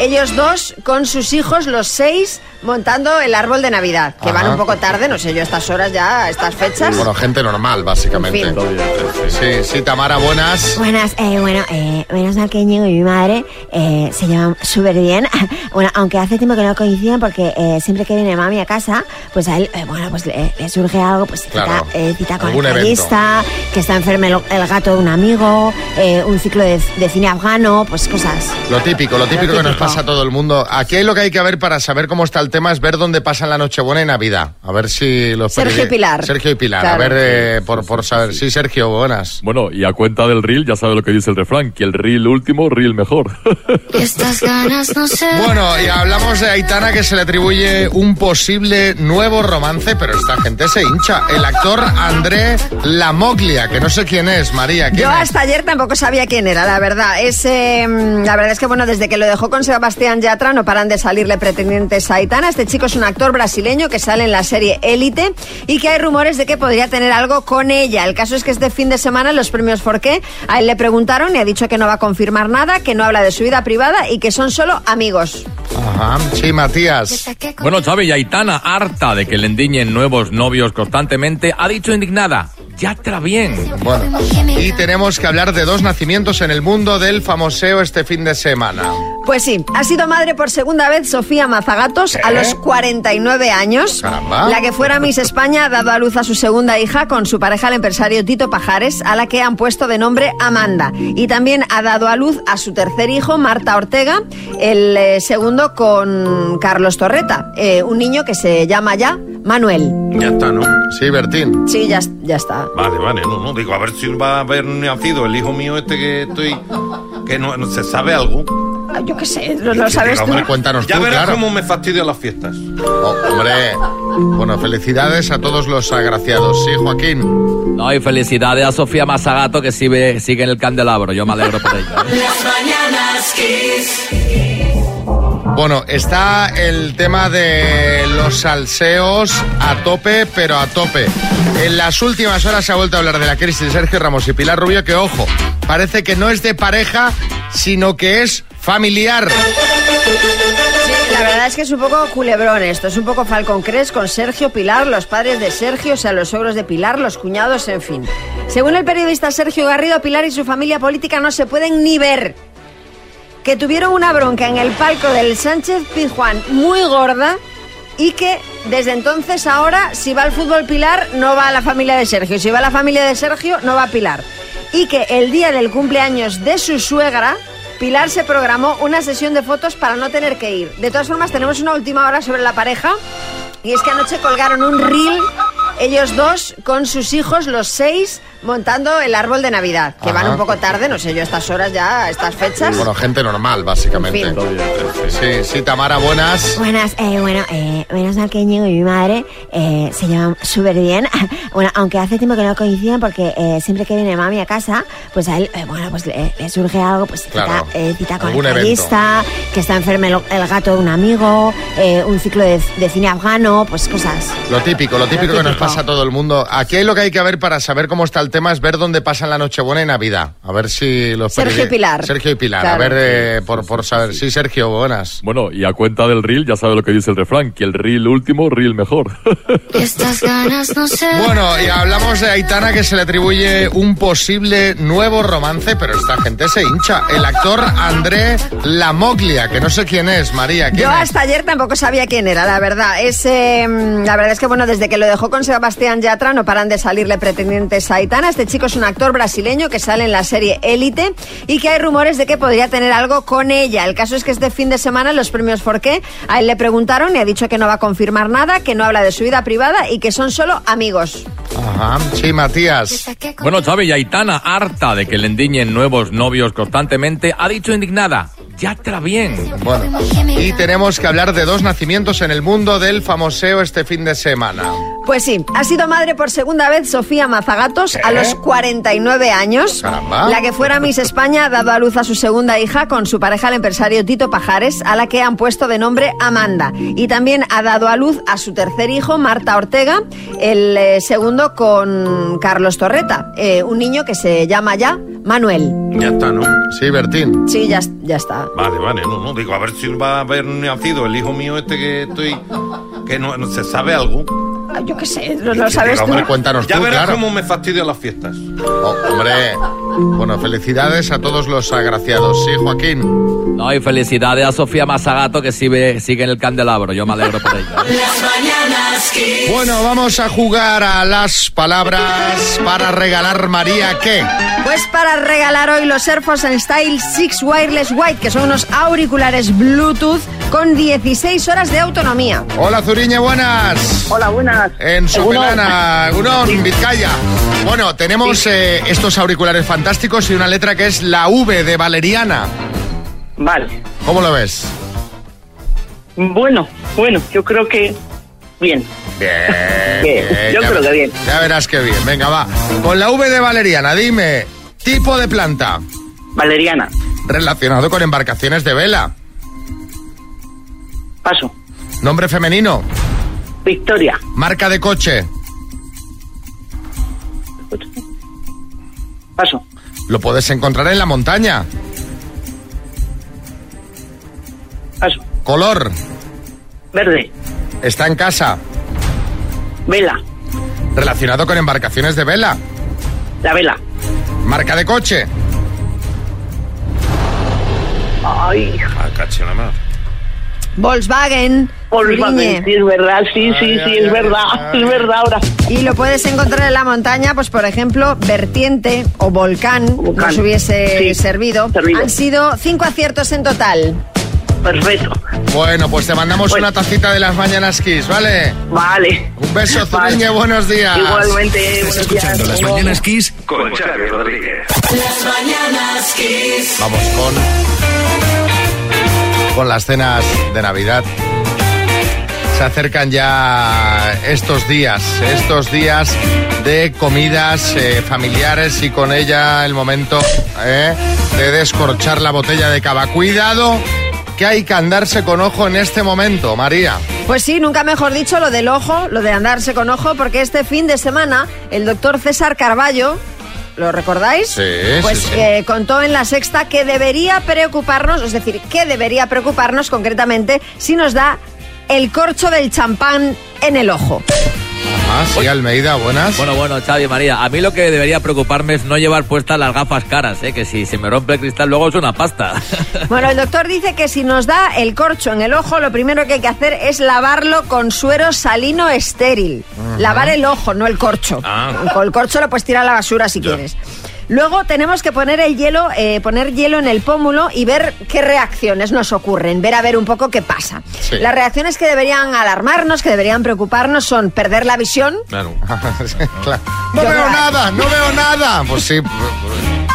Speaker 4: Ellos dos con sus hijos, los seis, montando el árbol de Navidad, que van
Speaker 3: Ajá.
Speaker 4: un poco tarde, no sé yo, a estas horas ya, a estas fechas.
Speaker 3: Bueno, gente normal, básicamente.
Speaker 4: En
Speaker 3: Sí, sí, Tamara, buenas.
Speaker 23: Buenas, eh, bueno, eh, menos mal que Ñigo y mi madre eh, se llevan súper bien. Bueno, aunque hace tiempo que no coinciden porque eh, siempre que viene mami a casa, pues a él, eh, bueno, pues le, le surge algo, pues cita,
Speaker 15: Claro.
Speaker 23: eh, cita con el
Speaker 15: Algún evento.
Speaker 23: pianista, que está enfermo el, el gato de un amigo, eh, un ciclo de, de cine afgano, pues cosas.
Speaker 3: Lo típico, lo típico que nos
Speaker 23: típico.
Speaker 3: pasa a todo el mundo. Aquí hay lo que hay que ver para saber cómo está el tema es ver dónde pasan la Nochebuena y Navidad. A ver si los
Speaker 4: Sergio
Speaker 3: periodi-
Speaker 4: y Pilar.
Speaker 3: Sergio y Pilar,
Speaker 4: Claro.
Speaker 3: a ver eh, por, por saber. Sí, Sergio, buenas.
Speaker 2: Bueno, y a cuenta del reel, ya sabe lo que dice el refrán, que el reel último, reel mejor.
Speaker 3: Estas ganas no sé. Bueno, y hablamos de Aitana que se le atribuye un posible nuevo romance, pero esta gente se hincha. El actor André Lamoglia, que no sé quién es, María. ¿quién
Speaker 4: Yo
Speaker 3: es?
Speaker 4: hasta ayer tampoco sabía quién era, la verdad. Es, eh, mm, la verdad es que, bueno, desde que lo dejó con Sebastián Yatra no paran de salirle pretendientes a Aitana. Este chico es un actor brasileño que sale en la serie Élite y que hay rumores de que podría tener algo con ella. El caso es que este fin de semana en los premios Forqué a él le preguntaron y ha dicho que no va a confirmar nada, que no habla de su vida privada y que son solo amigos.
Speaker 3: Ajá, sí, Matías.
Speaker 2: Bueno, Xavi, y Aitana, harta de que le endiñen nuevos novios constantemente, ha dicho indignada, Yatra bien.
Speaker 3: Bueno, y tenemos que hablar de dos nacimientos en el mundo del famoseo este fin de semana.
Speaker 4: Pues sí, ha sido madre por segunda vez Sofía Mazagatos
Speaker 8: ¿Eh?
Speaker 4: a los 49 años.
Speaker 3: Caramba.
Speaker 4: La que fuera Miss España ha dado a luz a su segunda hija con su pareja el empresario Tito Pajares, a la que han puesto de nombre Amanda. Y también ha dado a luz a su tercer hijo, Marta Ortega, el eh, segundo con Carlos Torreta, eh, un niño que se llama ya Manuel.
Speaker 8: Ya está, ¿no?
Speaker 3: Ah, Sí, Bertín.
Speaker 4: Sí, ya, ya está.
Speaker 8: Vale, vale, no, no, digo, a ver si va a haber nacido el hijo mío este que estoy... que no, no se sabe algo.
Speaker 4: Ah, Yo qué sé, lo, lo sabes tú.
Speaker 3: Hombre, cuéntanos
Speaker 8: ya
Speaker 3: tú,
Speaker 8: verás
Speaker 3: claro.
Speaker 8: cómo me fastidian las fiestas.
Speaker 3: Oh, hombre, bueno, felicidades a todos los agraciados. Sí, Joaquín.
Speaker 2: No, y felicidades a Sofía Mazagato que sigue, sigue en el candelabro. Yo me alegro por ella.
Speaker 1: Las mañanas Kiss.
Speaker 3: Bueno, está el tema de los salseos a tope, pero a tope. En las últimas horas se ha vuelto a hablar de la crisis de Sergio Ramos y Pilar Rubio, que ojo, parece que no es de pareja, sino que es familiar.
Speaker 4: La verdad es que es un poco culebrón esto, es un poco Falcon Crest con Sergio Pilar, los padres de Sergio, o sea, los suegros de Pilar, los cuñados, en fin. Según el periodista Sergio Garrido, Pilar y su familia política no se pueden ni ver. Que tuvieron una bronca en el palco del Sánchez Pizjuán muy gorda y que desde entonces ahora si va al fútbol Pilar no va a la familia de Sergio, si va a la familia de Sergio no va a Pilar. Y que el día del cumpleaños de su suegra, Pilar se programó una sesión de fotos para no tener que ir. De todas formas, tenemos una última hora sobre la pareja y es que anoche colgaron un reel. Ellos dos con sus hijos, los seis, montando el árbol de Navidad, que van
Speaker 3: Ajá.
Speaker 4: un poco tarde, no sé yo, a estas horas ya, a estas fechas.
Speaker 3: Bueno, gente normal, básicamente.
Speaker 4: En
Speaker 3: Sí, sí, Tamara, buenas.
Speaker 23: Buenas, eh, bueno, eh, menos mal que Ñigo y mi madre eh, se llevan súper bien. Bueno, aunque hace tiempo que no coinciden porque eh, siempre que viene mami a casa, pues a él, eh, bueno, pues le, le surge algo, pues cita,
Speaker 5: Claro.
Speaker 23: eh, cita con el
Speaker 5: Algún evento.
Speaker 23: callista, que está enfermo el, el gato de un amigo, eh, un ciclo de, de cine afgano, pues cosas.
Speaker 3: Lo típico, lo típico que nos pasa a todo el mundo. Aquí lo que hay que ver para saber cómo está el tema es ver dónde pasan la Nochebuena y Navidad. A ver si los
Speaker 4: Sergio
Speaker 3: periodi-
Speaker 4: y Pilar.
Speaker 3: Sergio y Pilar,
Speaker 4: Claro.
Speaker 3: a ver eh, por, por saber. Sí, Sergio, buenas.
Speaker 24: Bueno, y a cuenta del reel, ya sabe lo que dice el refrán, que el reel último, reel mejor.
Speaker 1: Estas ganas no se.
Speaker 3: Bueno, y hablamos de Aitana que se le atribuye un posible nuevo romance, pero esta gente se hincha. El actor André Lamoglia, que no sé quién es, María. ¿quién
Speaker 4: Yo
Speaker 3: es?
Speaker 4: hasta ayer tampoco sabía quién era, la verdad. Es, eh, mm, la verdad es que, bueno, desde que lo dejó con Sebastián Yatra no paran de salirle pretendientes a Aitana. Este chico es un actor brasileño que sale en la serie Élite y que hay rumores de que podría tener algo con ella. El caso es que este fin de semana en los premios Forqué a él le preguntaron y ha dicho que no va a confirmar nada, que no habla de su vida privada y que son solo amigos.
Speaker 3: Ajá, sí, Matías.
Speaker 2: Bueno, Xavi, y Aitana, harta de que le endiñen nuevos novios constantemente, ha dicho indignada, Yatra bien.
Speaker 3: Bueno, y tenemos que hablar de dos nacimientos en el mundo del famoseo este fin de semana.
Speaker 4: Pues sí, ha sido madre por segunda vez Sofía Mazagatos a los 49 años.
Speaker 3: Caramba.
Speaker 4: La que fuera Miss España ha dado a luz a su segunda hija con su pareja el empresario Tito Pajares, a la que han puesto de nombre Amanda. Y también ha dado a luz a su tercer hijo, Marta Ortega, el eh, segundo con Carlos Torreta, eh, un niño que se llama ya Manuel.
Speaker 8: Ya está, ¿no?
Speaker 3: Sí, Bertín.
Speaker 4: Sí, ya, ya está.
Speaker 8: Vale, vale, no, no, digo, a ver si va a haber nacido el hijo mío este que estoy... que no, no se sabe algo.
Speaker 4: Ah, Yo qué sé, lo, lo sabes
Speaker 8: Digo,
Speaker 4: tú.
Speaker 8: hombre, ya verás
Speaker 3: claro.
Speaker 8: cómo me fastidian las fiestas.
Speaker 3: Oh, hombre, bueno, felicidades a todos los agraciados. Sí, Joaquín.
Speaker 2: No, y felicidades a Sofía Mazagato que sigue, sigue en el candelabro. Yo me alegro por ella.
Speaker 1: Las mañanas Kiss.
Speaker 3: Bueno, vamos a jugar a las palabras para regalar María qué.
Speaker 4: Pues para regalar hoy los Airforce and Style 6 Wireless White, que son unos auriculares Bluetooth con 16 horas de autonomía.
Speaker 3: Hola Zuriñe, buenas.
Speaker 4: Hola, buenas.
Speaker 3: En Sopelana, Unón, Vizcaya. Bueno, tenemos eh, estos auriculares fantásticos y una letra que es la V de Valeriana.
Speaker 25: Vale.
Speaker 3: ¿Cómo lo ves?
Speaker 25: Bueno, bueno, yo creo que bien.
Speaker 3: Bien,
Speaker 25: Bien, yo creo que bien.
Speaker 3: Ya verás que bien. Venga, va. Con la V de Valeriana, dime, tipo de planta.
Speaker 25: Valeriana.
Speaker 3: Relacionado con embarcaciones de vela.
Speaker 25: Paso.
Speaker 3: Nombre femenino.
Speaker 25: Victoria.
Speaker 3: Marca de coche.
Speaker 25: Paso.
Speaker 3: Lo puedes encontrar en la montaña.
Speaker 25: Paso.
Speaker 3: Color.
Speaker 25: Verde.
Speaker 3: Está en casa.
Speaker 25: Vela.
Speaker 3: Relacionado con embarcaciones de vela.
Speaker 25: La vela.
Speaker 3: Marca de coche.
Speaker 25: Ay.
Speaker 8: Ah,
Speaker 4: Volkswagen.
Speaker 25: Volkswagen, sí, es verdad, sí, sí, sí, es verdad, es verdad ahora.
Speaker 4: Y lo puedes encontrar en la montaña, pues por ejemplo, vertiente o volcán, nos hubiese
Speaker 25: Sí,
Speaker 4: servido. Han sido cinco aciertos en total.
Speaker 25: Perfecto.
Speaker 3: Bueno, pues te mandamos una tacita de las mañanas Kiss, ¿vale?
Speaker 25: Vale.
Speaker 3: Un beso, Zuriñe, buenos días.
Speaker 1: Igualmente, buenos Estás días. escuchando Las Mañanas
Speaker 3: Kiss
Speaker 1: con Xavi
Speaker 3: Rodríguez.
Speaker 1: Las mañanas kiss.
Speaker 3: Vamos con. Con las cenas de Navidad. Se acercan ya estos días, estos días de comidas eh, familiares y con ella el momento eh, de descorchar la botella de cava. Cuidado, que hay que andarse con ojo en este momento, María.
Speaker 4: Pues sí, nunca mejor dicho lo del ojo, lo de andarse con ojo, porque este fin de semana el doctor César Carballo, ¿lo recordáis?
Speaker 1: Sí,
Speaker 4: Pues
Speaker 1: sí, sí.
Speaker 4: eh, contó en la sexta que debería preocuparnos, es decir, que debería preocuparnos concretamente si nos da el corcho del champán en el ojo.
Speaker 3: Ah, sí, Almeida, buenas.
Speaker 2: Bueno, bueno, Xavi, María, a mí lo que debería preocuparme es no llevar puestas las gafas caras, ¿eh? que si se me rompe el cristal luego es una pasta.
Speaker 4: Bueno, el doctor dice que si nos da el corcho en el ojo, lo primero que hay que hacer es lavarlo con suero salino estéril.
Speaker 1: Ajá.
Speaker 4: Lavar el ojo, no el corcho.
Speaker 1: Ah.
Speaker 4: Con el corcho lo puedes tirar a la basura si quieres. Luego tenemos que poner el hielo, eh, poner hielo en el pómulo y ver qué reacciones nos ocurren, ver a ver un poco qué pasa.
Speaker 1: Sí.
Speaker 4: Las reacciones que deberían alarmarnos, que deberían preocuparnos, son perder la visión,
Speaker 3: Claro. No veo nada, no veo nada. Pues sí,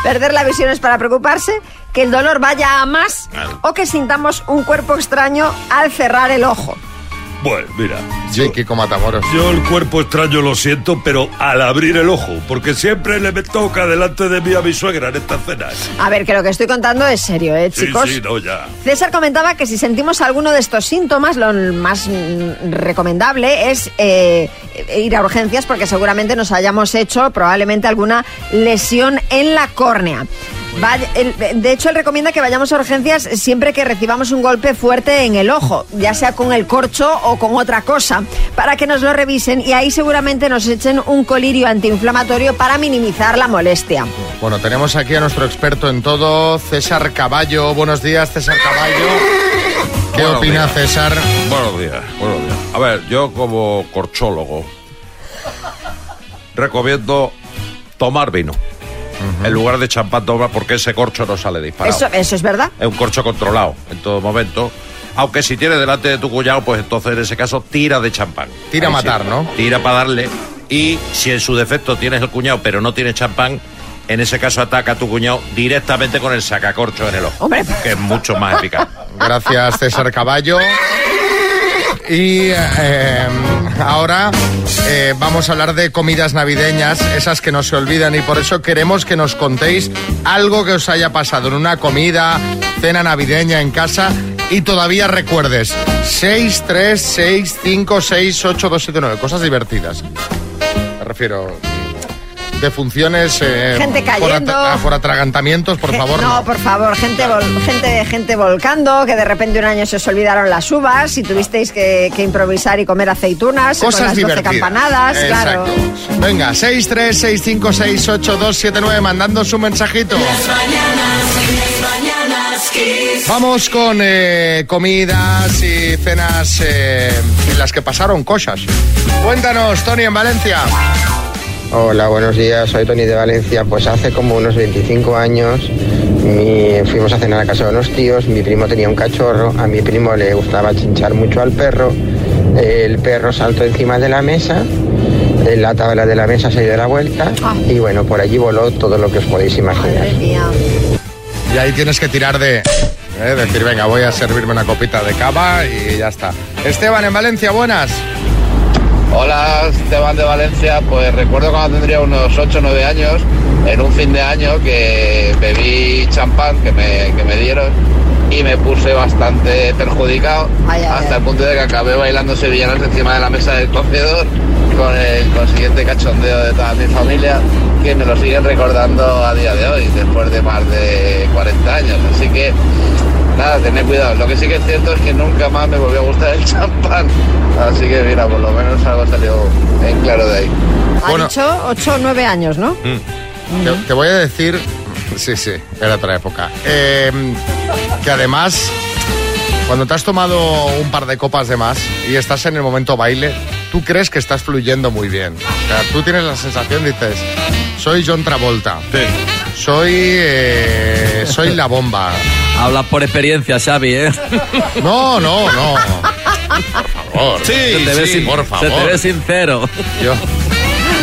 Speaker 4: Perder la visión es para preocuparse, que el dolor vaya a más o que sintamos un cuerpo extraño al cerrar el ojo.
Speaker 5: Bueno, mira.
Speaker 3: Sí, Kiko Matamoros.
Speaker 5: Yo el cuerpo extraño lo siento, pero al abrir el ojo, porque siempre le me toca delante de mí a mi suegra en estas cenas.
Speaker 4: A ver, que lo que estoy contando es serio, ¿eh,
Speaker 5: Sí,
Speaker 4: chicos?
Speaker 5: sí, no, ya.
Speaker 4: César comentaba que si sentimos alguno de estos síntomas, lo más mm, recomendable es eh, ir a urgencias porque seguramente nos hayamos hecho probablemente alguna lesión en la córnea. Vaya- el- de hecho, él recomienda que vayamos a urgencias siempre que recibamos un golpe fuerte en el ojo, ya sea con el corcho o con otra cosa, para que nos lo revisen y ahí seguramente nos echen un colirio antiinflamatorio para minimizar la molestia.
Speaker 3: Bueno, tenemos aquí a nuestro experto en todo, César Caballo. Buenos días, César Caballo. ¿Qué
Speaker 8: Buenos
Speaker 3: opina
Speaker 8: días.
Speaker 3: César?
Speaker 8: Buenos días, buenos días. A ver, yo como corchólogo recomiendo tomar vino. En lugar de champán tomar porque ese corcho no sale disparado.
Speaker 4: Eso, eso es verdad.
Speaker 8: Es un corcho controlado en todo momento. Aunque si tienes delante de tu cuñado, pues entonces en ese caso tira de champán.
Speaker 3: Tira a matar, ¿no?
Speaker 8: Tira para darle. Y si en su defecto tienes el cuñado pero no tienes champán, en ese caso ataca a tu cuñado directamente con el sacacorcho en el ojo. Que es mucho más eficaz.
Speaker 3: Gracias, César Caballo. Y eh, ahora eh, vamos a hablar de comidas navideñas, esas que no se olvidan y por eso queremos que nos contéis algo que os haya pasado en una comida, cena navideña en casa y todavía recuerdes 636568279, cosas divertidas. Me refiero de funciones eh,
Speaker 4: Gente
Speaker 3: por,
Speaker 4: cayendo.
Speaker 3: atra- por atragantamientos, por favor.
Speaker 4: No, por favor, gente, vol- gente, gente volcando, que de repente un año se os olvidaron las uvas y tuvisteis que, que improvisar y comer aceitunas con
Speaker 3: Cosas
Speaker 4: las 12
Speaker 3: divertidas.
Speaker 4: campanadas, claro.
Speaker 3: Exacto. Venga, 636568279 mandando su mensajito.
Speaker 1: Las mañanas kiss.
Speaker 3: Vamos con eh, comidas y cenas eh, en las que pasaron cosas. Cuéntanos, Tony, en Valencia.
Speaker 7: Hola, buenos días, soy Tony de Valencia. Pues hace como unos 25 años mi- fuimos a cenar a casa de unos tíos, mi primo tenía un cachorro, a mi primo le gustaba chinchar mucho al perro, el perro saltó encima de la mesa, eh, la tabla de la mesa se dio la vuelta y bueno, por allí voló todo lo que os podéis imaginar.
Speaker 3: Y ahí tienes que tirar de... eh, decir, venga, voy a servirme una copita de cava y ya está. Esteban, en Valencia, buenas.
Speaker 11: Hola, Esteban de Valencia. Pues recuerdo cuando tendría unos 8 o 9 años, en un fin de año que bebí champán que me, que me dieron y me puse bastante perjudicado hasta el punto de que acabé bailando sevillanos encima de la mesa del comedor con el consiguiente cachondeo de toda mi familia que me lo siguen recordando a día de hoy, después de más de 40 años. Así que nada, tener cuidado. Lo que sí que es cierto es que nunca más me volvió a gustar el champán. Así que mira, por lo menos algo salió en claro de ahí.
Speaker 4: Ha dicho 8 o 9 años, ¿no?
Speaker 3: Mm. Te, te voy a decir, sí, sí, era otra época. Eh, que además, cuando te has tomado un par de copas de más y estás en el momento baile, tú crees que estás fluyendo muy bien. O sea, tú tienes la sensación, dices, soy John Travolta. Soy, eh, soy la bomba.
Speaker 2: Hablas por experiencia, Xavi, ¿eh?
Speaker 3: No, no, no. Por favor.
Speaker 2: Sí, Se te ve sí. sin-
Speaker 3: por
Speaker 2: se te
Speaker 3: favor.
Speaker 2: ve
Speaker 3: sincero. Yo,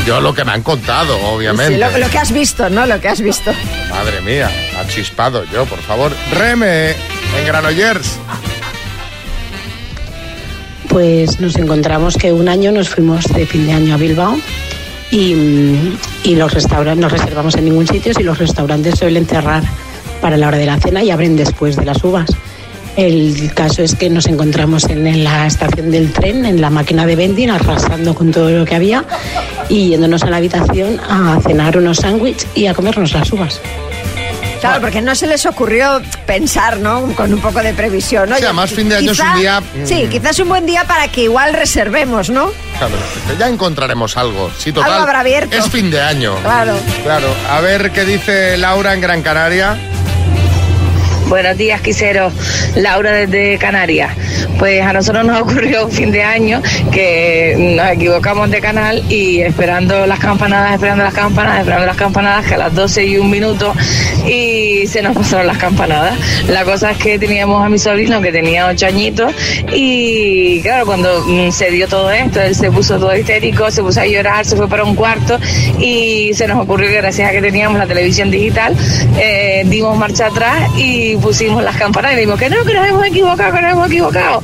Speaker 3: yo lo que me han contado, obviamente.
Speaker 4: Sí, lo, lo que has visto, ¿no? Lo que has visto.
Speaker 3: Madre mía, ha chispado yo, por favor. Reme, en Granollers.
Speaker 9: Pues nos encontramos que un año nos fuimos de fin de año a Bilbao y, mm, y los restaurantes nos reservamos en ningún sitio y los restaurantes suelen cerrar para la hora de la cena y abren después de las uvas. El caso es que nos encontramos en, en la estación del tren, en la máquina de vending, arrasando con todo lo que había y yéndonos a la habitación a cenar unos sándwiches y a comernos las uvas.
Speaker 3: Ah.
Speaker 4: Claro, porque no se les ocurrió pensar, ¿no? Con un poco de previsión, ¿no?
Speaker 3: Sí, además, fin de año es un día, mm.
Speaker 4: Sí, quizás un buen día para que igual reservemos, ¿no?
Speaker 3: Claro, ya encontraremos algo. Sí, total.
Speaker 4: Algo habrá abierto.
Speaker 3: Es fin de año.
Speaker 4: Claro.
Speaker 3: Claro. A ver qué dice Laura en Gran Canaria.
Speaker 12: Buenos días, Quisero. Laura desde Canarias. Pues a nosotros nos ocurrió un fin de año que nos equivocamos de canal y esperando las campanadas, esperando las campanadas, esperando las campanadas, que a las 12 y un minuto y se nos pasaron las campanadas. La cosa es que teníamos a mi sobrino que tenía ocho añitos y claro, cuando mm, se dio todo esto, él se puso todo histérico, se puso a llorar, se fue para un cuarto y se nos ocurrió que gracias a que teníamos la televisión digital, eh, dimos marcha atrás y pusimos las campanas y le dimos que no, que nos hemos equivocado, que nos hemos equivocado.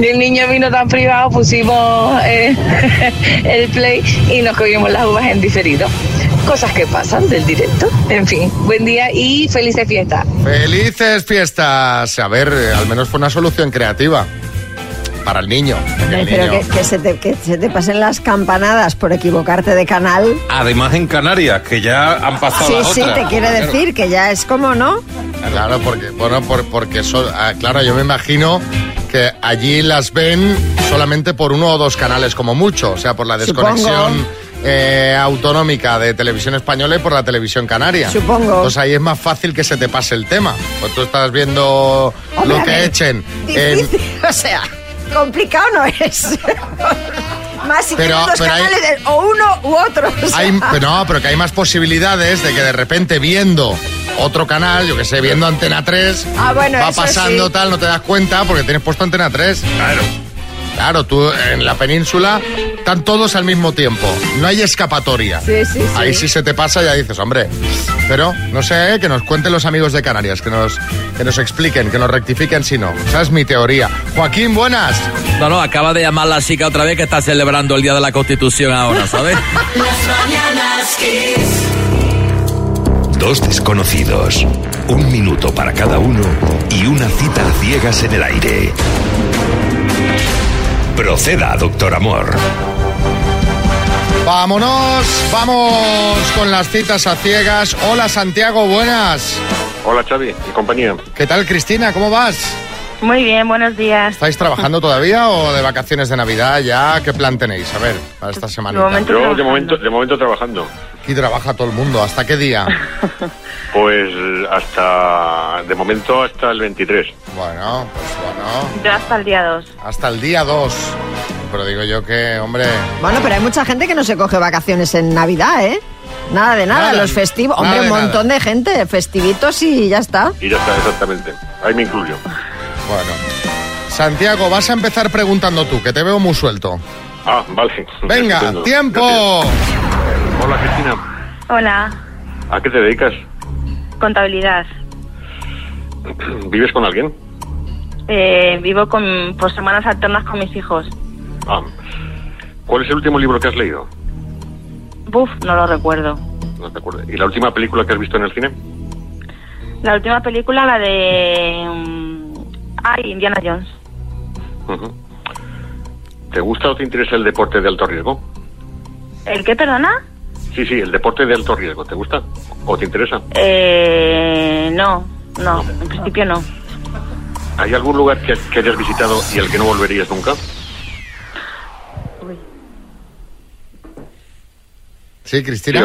Speaker 12: Y el niño vino tan privado, pusimos eh, el play y nos cogimos las uvas en diferido. Cosas que pasan del directo. En fin, buen día y felices fiestas.
Speaker 3: Felices fiestas. A ver, eh, al menos fue una solución creativa. Para el niño. El
Speaker 4: Pero que,
Speaker 3: niño.
Speaker 4: que se te, que se te pasen las campanadas por equivocarte de canal.
Speaker 8: Además en Canarias, que ya han pasado
Speaker 4: Sí,
Speaker 8: las
Speaker 4: sí,
Speaker 8: otras.
Speaker 4: te quiere decir que ya es como, ¿no?
Speaker 3: Claro, porque, bueno, por- porque eso, ah, claro, yo me imagino que allí las ven solamente por uno o dos canales como mucho, o sea, por la
Speaker 4: Supongo.
Speaker 3: desconexión eh, autonómica de televisión española y por la televisión canaria.
Speaker 4: Supongo.
Speaker 3: Entonces ahí es más fácil que se te pase el tema. Pues tú estás viendo
Speaker 4: Hombre,
Speaker 3: lo
Speaker 4: a
Speaker 3: que
Speaker 4: ver,
Speaker 3: echen. en-
Speaker 4: Difícil, o sea, complicado no es. Más si
Speaker 3: Pero-
Speaker 4: tienes dos
Speaker 3: pero hay-
Speaker 4: canales, o uno u otro. o sea.
Speaker 3: Hay- pero no, pero que hay más posibilidades de que de repente viendo otro canal, yo que sé, viendo Antena 3,
Speaker 4: Ah, bueno,
Speaker 3: va
Speaker 4: eso
Speaker 3: pasando
Speaker 4: sí.
Speaker 3: tal, no te das cuenta porque tienes puesto Antena 3. Claro. Claro, tú en la península están todos al mismo tiempo. No hay escapatoria.
Speaker 4: Sí, sí, sí.
Speaker 3: Ahí sí se te pasa, ya dices, hombre. Pero, no sé, eh, que nos cuenten los amigos de Canarias, que nos, que nos expliquen, que nos rectifiquen si no. Esa es mi teoría. Joaquín, buenas.
Speaker 2: No, no, acaba de llamar la chica otra vez que está celebrando el Día de la Constitución ahora, ¿sabes?
Speaker 1: Las mañanas Kiss.
Speaker 13: Dos desconocidos, un minuto para cada uno y una cita a ciegas en el aire. Proceda, doctor amor.
Speaker 3: Vámonos, vamos con las citas a ciegas. Hola Santiago, buenas.
Speaker 26: Hola Xavi y compañía.
Speaker 3: ¿Qué tal Cristina? ¿Cómo vas?
Speaker 27: Muy bien, buenos días.
Speaker 3: ¿Estáis trabajando todavía o de vacaciones de Navidad ya? ¿Qué plan tenéis? A ver, para esta semana.
Speaker 26: Yo de momento, de momento trabajando.
Speaker 3: Aquí trabaja todo el mundo. ¿Hasta qué día?
Speaker 26: Pues hasta, de momento hasta el 23.
Speaker 3: Bueno, pues bueno.
Speaker 27: Yo hasta el día 2.
Speaker 3: Hasta el día 2. Pero digo yo que, hombre...
Speaker 4: Bueno, pero hay mucha gente que no se coge vacaciones en Navidad, ¿eh? Nada de nada,
Speaker 26: Nada,
Speaker 4: los festivos.
Speaker 26: nada
Speaker 4: Hombre, un
Speaker 26: de nada.
Speaker 4: montón de gente, festivitos y ya está.
Speaker 26: Y ya está, exactamente. Ahí me incluyo.
Speaker 3: Bueno. Santiago, vas a empezar preguntando tú, que te veo muy suelto.
Speaker 26: Ah, vale.
Speaker 3: Venga,
Speaker 26: Estupendo.
Speaker 3: tiempo.
Speaker 26: Hola Cristina,
Speaker 27: Hola,
Speaker 26: ¿a qué te dedicas?
Speaker 27: contabilidad.
Speaker 26: ¿Vives con alguien?
Speaker 27: Eh, vivo con, por semanas alternas con mis hijos.
Speaker 26: Ah. ¿Cuál es el último libro que has leído?
Speaker 27: Buf, no lo recuerdo.
Speaker 26: No te acuerdo. ¿Y la última película que has visto en el cine?
Speaker 27: La última película, la de... mm, Ay, Indiana Jones.
Speaker 26: Ujú. ¿Te gusta o te interesa el deporte de alto riesgo?
Speaker 27: ¿El qué, perdona?
Speaker 26: Sí, sí, el deporte de alto riesgo. ¿Te gusta o te interesa?
Speaker 27: Eh, no, no, en principio no.
Speaker 26: ¿Hay algún lugar que, que hayas visitado y al que no volverías nunca?
Speaker 3: Sí, Cristina.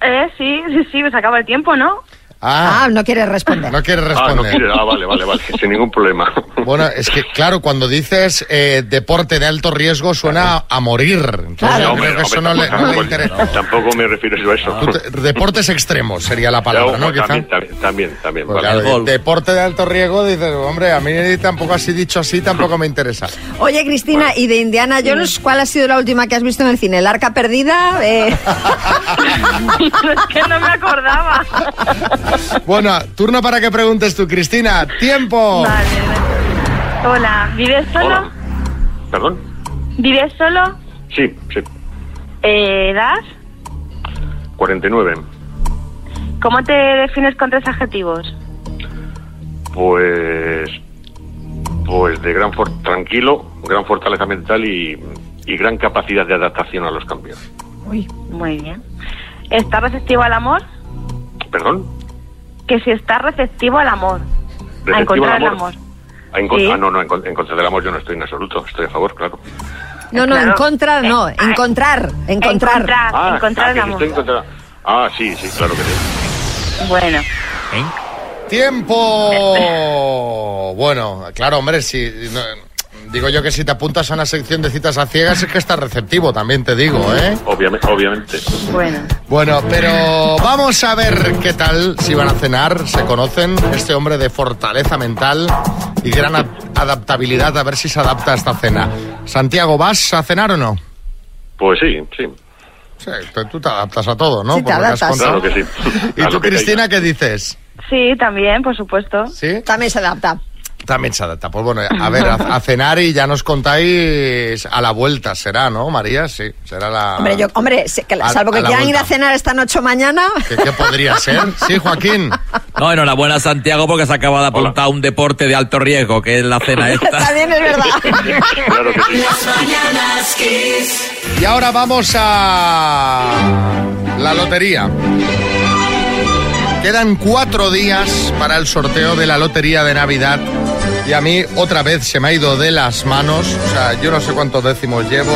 Speaker 27: Eh, sí, sí, sí, se acaba el tiempo, ¿no?
Speaker 4: Ah, no quiere responder.
Speaker 3: No quiere
Speaker 26: Ah,
Speaker 3: responder.
Speaker 26: no quiere. Ah, vale, vale, vale. Sin ningún problema.
Speaker 3: Bueno, es que claro, cuando dices eh, deporte de alto riesgo suena a, a morir. Entonces, yo
Speaker 26: Hombre,
Speaker 3: creo que eso no
Speaker 26: hombre,
Speaker 3: le, no le
Speaker 26: tampoco-
Speaker 3: interesa.
Speaker 26: Tampoco me refiero yo a eso.
Speaker 3: Deportes extremos sería la palabra,
Speaker 26: Ya,
Speaker 3: ¿no?
Speaker 26: ojo,
Speaker 3: Quizá.
Speaker 26: También, también, también. también,
Speaker 3: Pues
Speaker 26: vale.
Speaker 3: claro, de- deporte de alto riesgo, dices, hombre, a mí tampoco así dicho así, tampoco me interesa.
Speaker 4: Oye, Cristina, ¿y de Indiana Jones cuál ha sido la última que has visto en el cine? ¿El arca perdida? Eh,
Speaker 27: es que no me acordaba.
Speaker 3: Bueno, turno para que preguntes tú, Cristina. ¡Tiempo!
Speaker 27: Hola, ¿vives solo?
Speaker 26: ¿Perdón?
Speaker 27: ¿Vives solo?
Speaker 26: Sí, sí.
Speaker 27: Eh, ¿Edad?
Speaker 26: 49.
Speaker 27: ¿Cómo te defines con tres adjetivos?
Speaker 26: Pues. Pues de gran for- tranquilo, gran fortaleza mental y, y gran capacidad de adaptación a los cambios.
Speaker 27: Uy, muy bien. ¿Estás receptivo al amor?
Speaker 26: ¿Perdón?
Speaker 27: Que si estás receptivo al amor. a
Speaker 26: ¿Receptivo al
Speaker 27: encontrar el
Speaker 26: amor?
Speaker 27: amor.
Speaker 26: Ah, en con-
Speaker 27: Sí.
Speaker 26: ah, no, no, en, con- en contra del amor yo no estoy en absoluto, estoy a favor, claro.
Speaker 4: no, no, en contra, no. Encontrar, encontrar.
Speaker 26: Ah, ah, que si estoy en contra- Ah, sí, sí, claro que sí.
Speaker 27: Bueno.
Speaker 3: ¡Tiempo! Bueno, claro, hombre, si. no- digo yo que si te apuntas a una sección de citas a ciegas es que estás receptivo, también te digo, ¿eh?
Speaker 26: Obviamente, obviamente.
Speaker 27: Bueno.
Speaker 3: Bueno, pero vamos a ver qué tal si van a cenar, se conocen, este hombre de fortaleza mental y gran a- adaptabilidad, a ver si se adapta a esta cena. Santiago, ¿vas a cenar o no?
Speaker 26: Pues sí, sí.
Speaker 3: Sí, tú, tú te adaptas a todo, ¿no?
Speaker 27: Sí, te
Speaker 3: Por lo que has
Speaker 27: adaptas,
Speaker 3: contado.
Speaker 26: Claro que sí.
Speaker 3: ¿Y
Speaker 26: A
Speaker 3: tú,
Speaker 26: lo que
Speaker 3: Cristina, qué dices?
Speaker 27: Sí, también, por supuesto.
Speaker 3: Sí.
Speaker 4: También se adapta.
Speaker 3: También se adapta. Pues bueno, a ver, a, a cenar y ya nos contáis a la vuelta, será, ¿no, María? Sí, será la...
Speaker 4: Hombre, yo, hombre, se- que-
Speaker 3: Ah. A-
Speaker 4: salvo
Speaker 3: a
Speaker 4: que
Speaker 3: la
Speaker 4: quieran ir a
Speaker 3: vuelta.
Speaker 4: cenar esta noche o mañana.
Speaker 3: ¿Qué, qué podría ser? Sí, Joaquín.
Speaker 2: No, enhorabuena Santiago porque se acaba de apuntar a un deporte de alto riesgo, que es la cena esta.
Speaker 4: También es verdad.
Speaker 26: Claro que sí.
Speaker 1: Las mañanas kiss.
Speaker 3: Y ahora vamos a la lotería. Quedan cuatro días para el sorteo de la lotería de Navidad. Y a mí otra vez se me ha ido de las manos. O sea, yo no sé cuántos décimos llevo.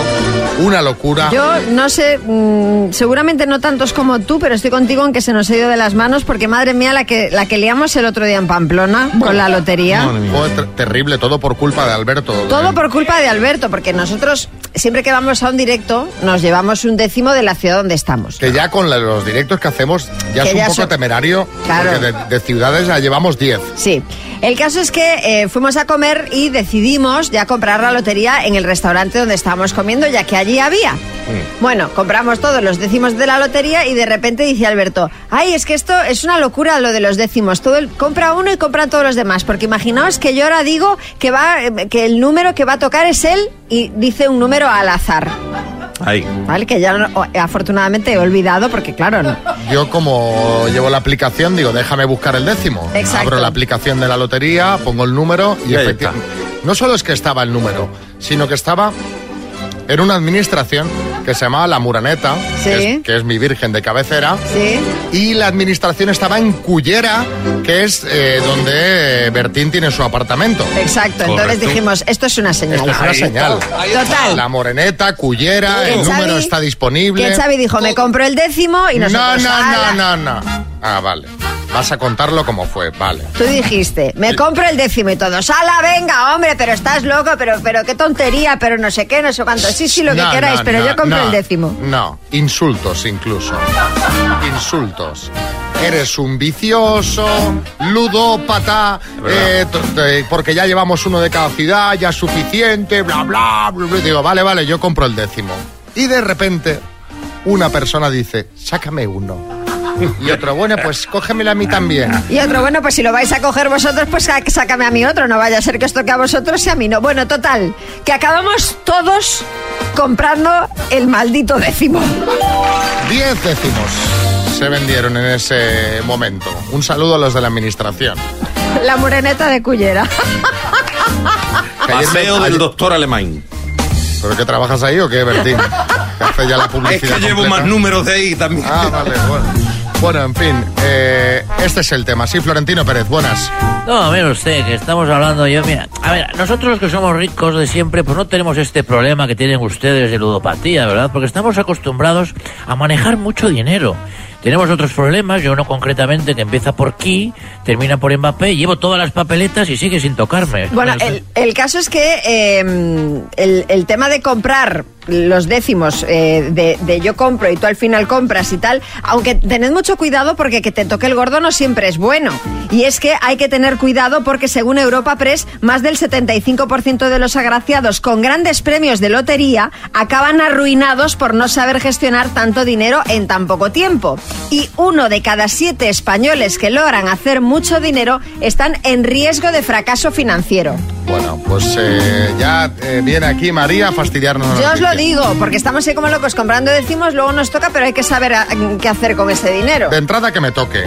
Speaker 3: Una locura.
Speaker 4: Yo no sé, mm, seguramente no tantos como tú, pero estoy contigo en que se nos ha ido de las manos porque madre mía la que la que liamos el otro día en Pamplona con la lotería.
Speaker 3: Fue ter- terrible, todo por culpa de Alberto.
Speaker 4: Todo por culpa de Alberto, porque nosotros siempre que vamos a un directo nos llevamos un décimo de la ciudad donde estamos.
Speaker 3: Que ya con la- los directos que hacemos ya
Speaker 4: Que
Speaker 3: es un
Speaker 4: ya
Speaker 3: poco
Speaker 4: son-
Speaker 3: temerario.
Speaker 4: Claro.
Speaker 3: Porque de, de ciudades ya llevamos 10.
Speaker 4: Sí. El caso es que eh, fuimos a comer y decidimos ya comprar la lotería en el restaurante donde estábamos comiendo, ya que allí había. Bueno, compramos todos los décimos de la lotería y de repente dice Alberto, ay, es que esto es una locura lo de los décimos. Todo el, compra uno y compran todos los demás, porque imaginaos que yo ahora digo que, va, eh, que el número que va a tocar es él y dice un número al azar,
Speaker 8: Ahí.
Speaker 4: ¿vale? Que ya no- o- afortunadamente he olvidado porque claro, no.
Speaker 3: Yo como llevo la aplicación, digo, déjame buscar el décimo.
Speaker 4: Exacto.
Speaker 3: Abro la aplicación de la lotería, pongo el número y, efectivamente... No solo es que estaba el número, sino que estaba en una administración que se llamaba La Muraneta, que, es, que es mi virgen de cabecera, y la administración estaba en Cullera, que es eh, donde eh, Bertín tiene su apartamento.
Speaker 4: Exacto, entonces
Speaker 3: Correcto.
Speaker 4: dijimos, esto es una señal.
Speaker 3: Esto es una señal.
Speaker 4: Total.
Speaker 3: La moreneta, cullera,
Speaker 4: Que
Speaker 3: el
Speaker 4: Xavi-
Speaker 3: número está disponible.
Speaker 4: Que Xavi dijo, me compro el décimo y
Speaker 3: No,
Speaker 4: nosotros...
Speaker 3: no,
Speaker 4: "Ala".
Speaker 3: no, no, no. Ah, vale. Vas a contarlo como fue, vale.
Speaker 4: Tú dijiste, me compro el décimo y todos, ala, venga, hombre, pero estás loco, pero, pero qué tontería, pero no sé qué, no sé cuánto. Sí, sí, lo que
Speaker 3: No,
Speaker 4: queráis,
Speaker 3: no,
Speaker 4: pero
Speaker 3: no,
Speaker 4: yo compro
Speaker 3: no.
Speaker 4: el décimo.
Speaker 3: No, insultos incluso. Insultos. Eres un vicioso, ludópata, eh, t- t- porque ya llevamos uno de cada ciudad, ya es suficiente, bla, bla, bla, bla. Y Digo, vale, vale, yo compro el décimo. Y de repente, una persona dice, sácame uno. Y otro, bueno, pues cógemela a mí también.
Speaker 4: Y otro, bueno, pues si lo vais a coger vosotros, pues sa- sácame a mí otro, no vaya a ser que os toque a vosotros y a mí no. Bueno, total, que acabamos todos comprando el maldito décimo.
Speaker 3: Diez décimos se vendieron en ese momento. Un saludo a los de la administración.
Speaker 4: La moreneta de Cullera.
Speaker 8: Paseo del doctor alemán.
Speaker 3: ¿Pero qué trabajas ahí o qué, Bertín? Que hace ya la publicidad.
Speaker 8: Es que llevo
Speaker 3: completa.
Speaker 8: más números de ahí también.
Speaker 3: Ah, vale, bueno. Bueno, en fin, eh, este es el tema. Sí, Florentino Pérez, buenas.
Speaker 6: No, mire usted, que estamos hablando yo, mira, a ver, nosotros los que somos ricos de siempre, pues no tenemos este problema que tienen ustedes de ludopatía, ¿verdad? Porque estamos acostumbrados a manejar mucho dinero. Tenemos otros problemas, yo uno concretamente que empieza por Ki, termina por Mbappé, llevo todas las papeletas y sigue sin tocarme.
Speaker 4: Bueno,
Speaker 6: Con
Speaker 4: el, el caso es que eh, el, el tema de comprar los décimos eh, de, de yo compro y tú al final compras y tal, aunque tened mucho cuidado porque que te toque el gordo no siempre es bueno. Y es que hay que tener cuidado porque según Europa Press, más del 75% de los agraciados con grandes premios de lotería acaban arruinados por no saber gestionar tanto dinero en tan poco tiempo. Y uno de cada siete españoles que logran hacer mucho dinero están en riesgo de fracaso financiero.
Speaker 3: Bueno, pues eh, ya eh, viene aquí María a fastidiarnos. la
Speaker 4: Yo os lo
Speaker 3: noticia.
Speaker 4: digo, porque estamos ahí como locos comprando decimos, luego nos toca, pero hay que saber a- qué hacer con ese dinero.
Speaker 3: De entrada que me toque.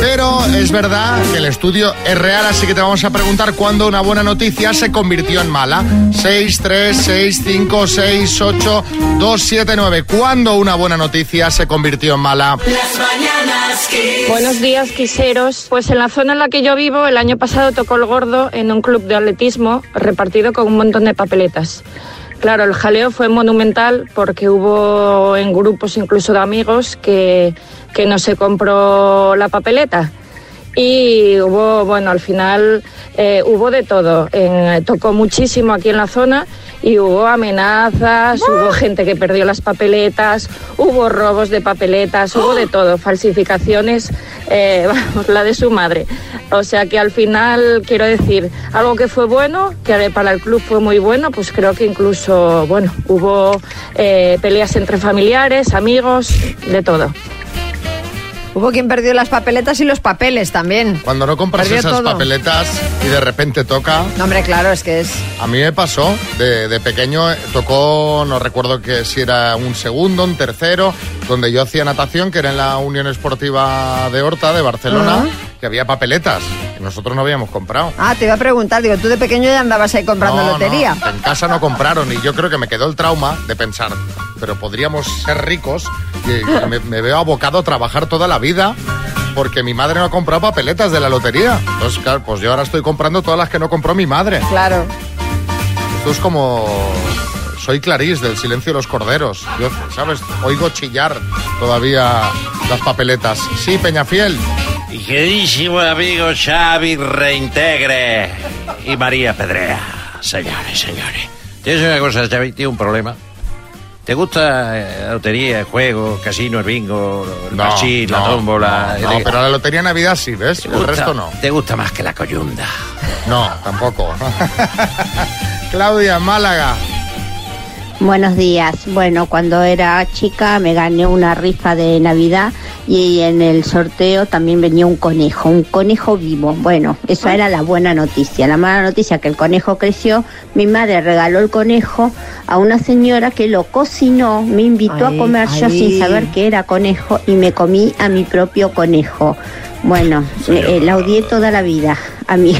Speaker 3: Pero es verdad que el estudio es real, así que te vamos a preguntar cuándo una buena noticia se convirtió en mala. 6, 3, 6, 5, 6, 8, 2, 7, 9. ¿Cuándo una buena noticia se convirtió en mala?
Speaker 1: Las mañanas Kiss.
Speaker 10: Buenos días, quiseros. Pues en la zona en la que yo vivo, el año pasado tocó el gordo en un club de atletismo repartido con un montón de papeletas. Claro, el jaleo fue monumental porque hubo en grupos incluso de amigos que, que no se compró la papeleta. Y hubo, bueno, al final eh, hubo de todo. En- eh, tocó muchísimo aquí en la zona y hubo amenazas, hubo gente que perdió las papeletas, hubo robos de papeletas, hubo de todo, falsificaciones, eh, vamos, la de su madre. O sea que al final, quiero decir, algo que fue bueno, que para el club fue muy bueno, pues creo que incluso, bueno, hubo eh, peleas entre familiares, amigos, de todo.
Speaker 4: Hubo quien perdió las papeletas y los papeles también.
Speaker 3: Cuando no compras
Speaker 4: Perdió
Speaker 3: esas
Speaker 4: todo.
Speaker 3: papeletas y de repente toca.
Speaker 4: No, hombre, claro, es que es.
Speaker 3: A mí me pasó, de, de pequeño eh, tocó, no recuerdo que si era un segundo, un tercero, donde yo hacía natación, que era en la Unión Esportiva de Horta, de Barcelona, que había papeletas, que nosotros no habíamos comprado.
Speaker 4: Ah, te iba a preguntar, digo, tú de pequeño ya andabas ahí comprando
Speaker 3: No, no,
Speaker 4: lotería.
Speaker 3: en casa no compraron y yo creo que me quedó el trauma de pensar, pero podríamos ser ricos y me, me veo abocado a trabajar toda la vida porque mi madre no ha comprado papeletas de la lotería. Entonces, claro, pues yo ahora estoy comprando todas las que no compró mi madre.
Speaker 4: Claro.
Speaker 3: Esto es como... Soy Clarís del Silencio de los Corderos. Yo, ¿sabes? Oigo chillar todavía las papeletas. Sí, Peñafiel.
Speaker 28: Y Queridísimo amigo Xavi Reintegre y María Pedrea. Señores, señores. Tienes una cosa, Xavi, tienes un problema. ¿Te gusta eh, la lotería, el juego, casino, el bingo, el
Speaker 3: No,
Speaker 28: parchís, la
Speaker 3: no,
Speaker 28: tómbola?
Speaker 3: no,
Speaker 28: el-
Speaker 3: pero la lotería de Navidad sí, ¿ves? El
Speaker 28: gusta-
Speaker 3: resto no.
Speaker 28: ¿Te gusta más que la coyunda?
Speaker 3: No, tampoco. Claudia, Málaga.
Speaker 14: Buenos días. Bueno, cuando era chica me gané una rifa de Navidad y en el sorteo también venía un conejo, un conejo vivo. Bueno,
Speaker 16: Ah.
Speaker 14: esa era la buena noticia. La mala noticia que el conejo creció, mi madre regaló el conejo a una señora que lo cocinó, me invitó
Speaker 16: Ay,
Speaker 14: a comer yo
Speaker 16: ay.
Speaker 14: sin saber que era conejo y me comí a mi propio conejo. Bueno, eh, eh, la odié toda la vida. A mi,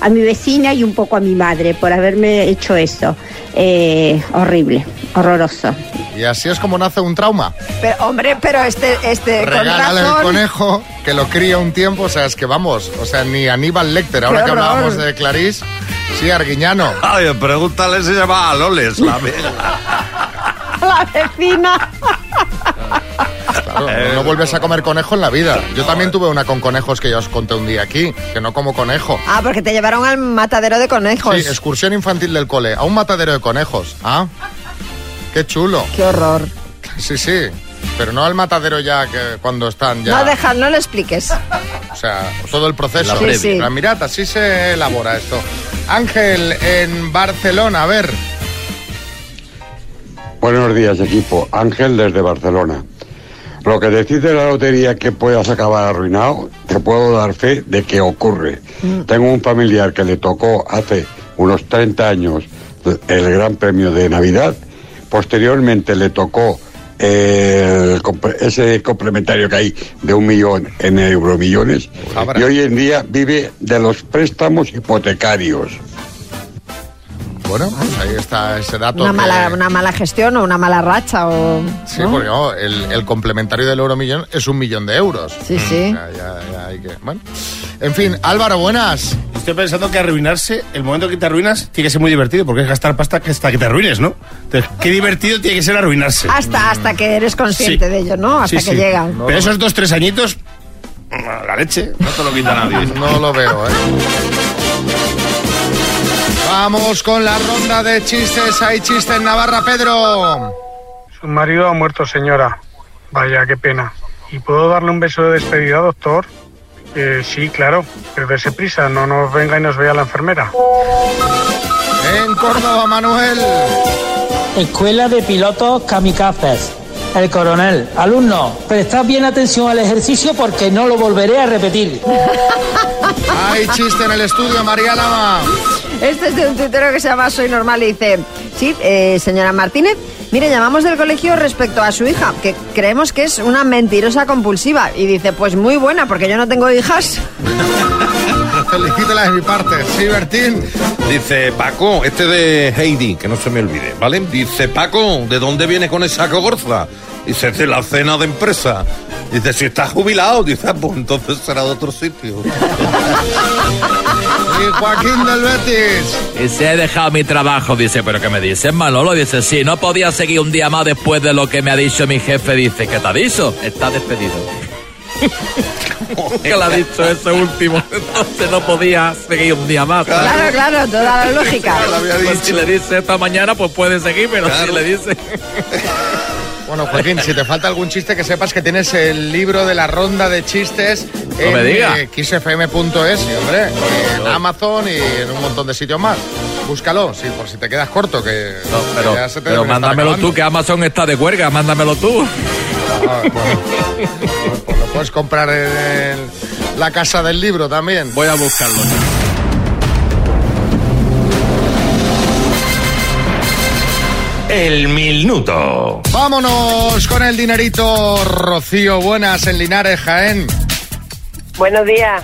Speaker 14: a mi vecina y un poco a mi madre por haberme hecho eso. Eh, horrible, horroroso.
Speaker 3: Y así es como nace un trauma.
Speaker 4: Pero, hombre, pero este, este con
Speaker 3: Regálale
Speaker 4: razón-
Speaker 3: el conejo, que lo cría un tiempo, o sea, es que vamos, o sea, ni Aníbal Lecter, ahora
Speaker 4: Qué
Speaker 3: que
Speaker 4: horror.
Speaker 3: hablábamos de Clarís, sí, Arguiñano.
Speaker 8: Ay, pregúntale si se llama Aloles, la amiga.
Speaker 4: La vecina.
Speaker 3: Claro, no, no vuelves a comer conejo en la vida. Yo también tuve una con conejos que ya os conté un día aquí, que no como conejo.
Speaker 4: Ah, porque te llevaron al matadero de
Speaker 3: Sí,
Speaker 4: conejos.
Speaker 3: excursión infantil del cole, a un matadero de conejos. Ah, qué chulo.
Speaker 4: Qué horror.
Speaker 3: Sí, sí, pero no al matadero ya que cuando están ya...
Speaker 4: No deja, no lo expliques.
Speaker 3: O sea, todo el proceso.
Speaker 4: La previa. Sí, sí.
Speaker 3: Pero mirad, así se elabora esto. Ángel, en Barcelona, a ver.
Speaker 17: Buenos días, equipo. Ángel desde Barcelona. Lo que decide la lotería que puedas acabar arruinado, te puedo dar fe de que ocurre. Tengo un familiar que le tocó hace unos 30 años el Gran Premio de Navidad. Posteriormente le tocó el comp- ese complementario que hay de un millón en euromillones. Y hoy en día vive de los préstamos hipotecarios.
Speaker 3: Bueno, pues ahí está ese dato.
Speaker 4: Una
Speaker 3: que-
Speaker 4: mala, una mala gestión o una mala racha o...
Speaker 3: Sí,
Speaker 4: ¿no?
Speaker 3: porque no, el, el complementario del euromillón es un millón de euros. Mm,
Speaker 4: Sí, sí.
Speaker 3: Ya, ya, ya hay que- bueno. En fin, Álvaro, buenas.
Speaker 16: Estoy pensando que arruinarse, el momento que te arruinas, tiene que ser muy divertido, porque es gastar pasta que- hasta que te arruines, ¿no? Entonces, qué divertido tiene que ser arruinarse.
Speaker 4: Hasta, hasta que eres consciente
Speaker 16: Sí.
Speaker 4: de ello, ¿no? Hasta
Speaker 16: Sí,
Speaker 4: que
Speaker 16: sí.
Speaker 4: llega.
Speaker 16: Pero esos dos, tres añitos, la leche.
Speaker 8: No te lo quita nadie.
Speaker 3: No lo veo, ¿eh? Vamos con la ronda de chistes. Hay chiste en Navarra, Pedro.
Speaker 20: Su marido ha muerto, señora. Vaya, qué pena. ¿Y puedo darle un beso de despedida, doctor? Eh, sí, claro, pero dese prisa, no nos venga y nos vea la enfermera.
Speaker 3: En Córdoba, Manuel.
Speaker 21: Escuela de Pilotos Kamikazes. El coronel, alumno, prestad bien atención al ejercicio porque no lo volveré a repetir.
Speaker 3: Hay chiste en el estudio, María Lama.
Speaker 4: Este es de un tuitero que se llama Soy Normal y dice, sí, eh, señora Martínez, mire, llamamos del colegio respecto a su hija, que creemos que es una mentirosa compulsiva. Y dice, pues muy buena, porque yo no tengo hijas.
Speaker 3: Felicítela de mi parte. Sí, Bertín.
Speaker 8: Dice Paco, este de Heidi, que no se me olvide, ¿vale? Dice Paco, ¿de dónde viene con esa cogorza? Dice, es de la cena de empresa. Dice, si está jubilado, dice, "Ah, pues entonces será de otro sitio.
Speaker 3: Y Joaquín del Betis.
Speaker 2: Y si he dejado mi trabajo, dice, pero ¿qué me dices, Manolo? Dice, sí, no podía seguir un día más después de lo que me ha dicho mi jefe. Dice, ¿qué te ha dicho? Está despedido. que le ha dicho ese último. Entonces no podía seguir un día más.
Speaker 4: Claro, claro, toda la lógica.
Speaker 2: Pues si le dice esta mañana, pues puede seguir, pero si le dice...
Speaker 3: Bueno, Joaquín, si te falta algún chiste, que sepas que tienes el libro de la ronda de chistes en
Speaker 2: me diga.
Speaker 3: eh, xfm.es, y, hombre, en Amazon y en un montón de sitios más. Búscalo, sí, por si te quedas corto, que,
Speaker 2: Pero,
Speaker 3: que ya se te
Speaker 2: pero
Speaker 3: deben estar
Speaker 2: mándamelo
Speaker 3: acabando.
Speaker 2: tú, que Amazon está de cuerga, mándamelo tú.
Speaker 3: Ah, bueno. Pues lo puedes comprar en el- la casa del libro también.
Speaker 2: Voy a buscarlo.
Speaker 13: El minuto.
Speaker 3: Vámonos con el dinerito, Rocío. Buenas en Linares, Jaén.
Speaker 29: Buenos días.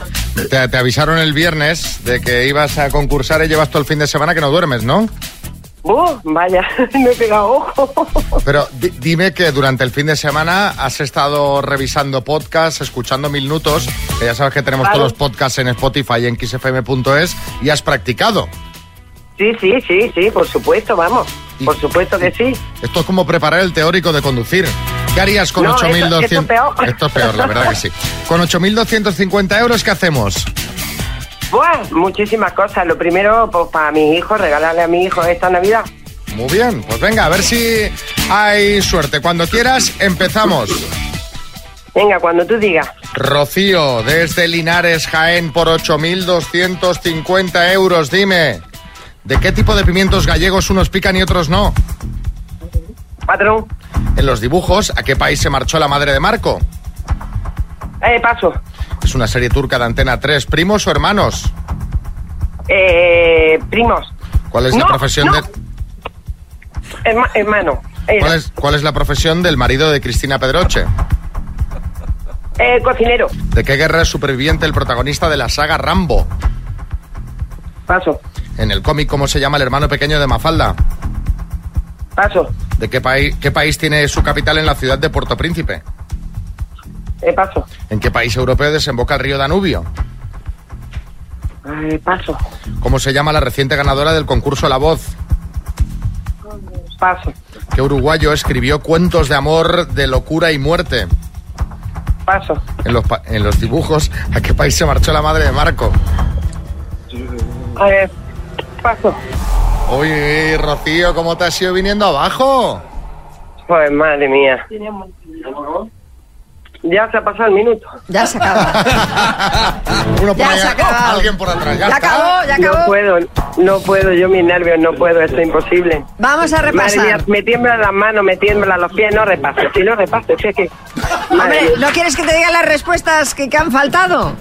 Speaker 3: Te, te avisaron el viernes de que ibas a concursar y llevas todo el fin de semana que no duermes, ¿no?
Speaker 29: Uh, vaya, me he pegado ojo.
Speaker 3: Pero di- dime que durante el fin de semana has estado revisando podcasts, escuchando minutos. que ya sabes que tenemos
Speaker 29: Claro.
Speaker 3: todos los podcasts en Spotify y en xfm.es y has practicado.
Speaker 29: Sí, sí, sí, sí, por supuesto, vamos. Por supuesto que sí.
Speaker 3: Esto es como preparar el teórico de conducir. ¿Qué harías con
Speaker 29: No, eso-
Speaker 3: 8.200?
Speaker 29: eso es peor.
Speaker 3: Esto es peor, la verdad que sí. Con 8.250 euros, ¿qué hacemos?
Speaker 29: Buah, muchísimas cosas. Lo primero, pues para mis hijos, regalarle a mis hijos esta Navidad.
Speaker 3: Muy bien, pues venga, a ver si hay suerte. Cuando quieras, empezamos.
Speaker 29: Venga, cuando tú digas.
Speaker 3: Rocío, desde Linares, Jaén, por 8.250 euros, dime, ¿de qué tipo de pimientos gallegos unos pican y otros no?
Speaker 29: Patrón.
Speaker 3: En los dibujos, ¿a qué país se marchó la madre de Marco?
Speaker 29: Eh, paso.
Speaker 3: Es una serie turca de Antena 3, primos o hermanos.
Speaker 29: Eh, primos,
Speaker 3: ¿Cuál es la
Speaker 29: No,
Speaker 3: profesión
Speaker 29: no.
Speaker 3: de
Speaker 29: herma- hermano. eh,
Speaker 3: ¿Cuál es, cuál es la profesión del marido de Cristina Pedroche?
Speaker 29: eh, cocinero.
Speaker 3: ¿De qué guerra es superviviente el protagonista de la saga Rambo?
Speaker 29: Paso.
Speaker 3: En el cómic, ¿cómo se llama el hermano pequeño de Mafalda?
Speaker 29: Paso.
Speaker 3: ¿De qué, país qué país tiene su capital en la ciudad de Puerto Príncipe?
Speaker 29: Eh, paso.
Speaker 3: ¿En qué país europeo desemboca el río Danubio?
Speaker 29: Eh, paso.
Speaker 3: ¿Cómo se llama la reciente ganadora del concurso La Voz?
Speaker 29: Paso.
Speaker 3: ¿Qué uruguayo escribió cuentos de amor, de locura y muerte?
Speaker 29: Paso.
Speaker 3: En los, pa- en los dibujos, ¿a qué país se marchó la madre de Marco?
Speaker 29: Eh, paso.
Speaker 3: Uy, Rocío, ¿cómo te has ido viniendo abajo?
Speaker 29: Pues madre mía. Ya se ha pasado el minuto.
Speaker 4: Ya se acaba.
Speaker 3: Uno
Speaker 4: por Ya allá, se acaba. alguien por atrás, ya Ya está. acabó, ya acabó.
Speaker 29: No puedo, no puedo, yo mis nervios, no puedo, esto es imposible.
Speaker 4: Vamos a repasar.
Speaker 29: Madre mía, me tiemblan las manos, me tiemblan los pies, no repaso, si no repaso, si es que... Madre
Speaker 4: Hombre,
Speaker 29: mía.
Speaker 4: ¿no quieres que te diga las respuestas que, que han faltado?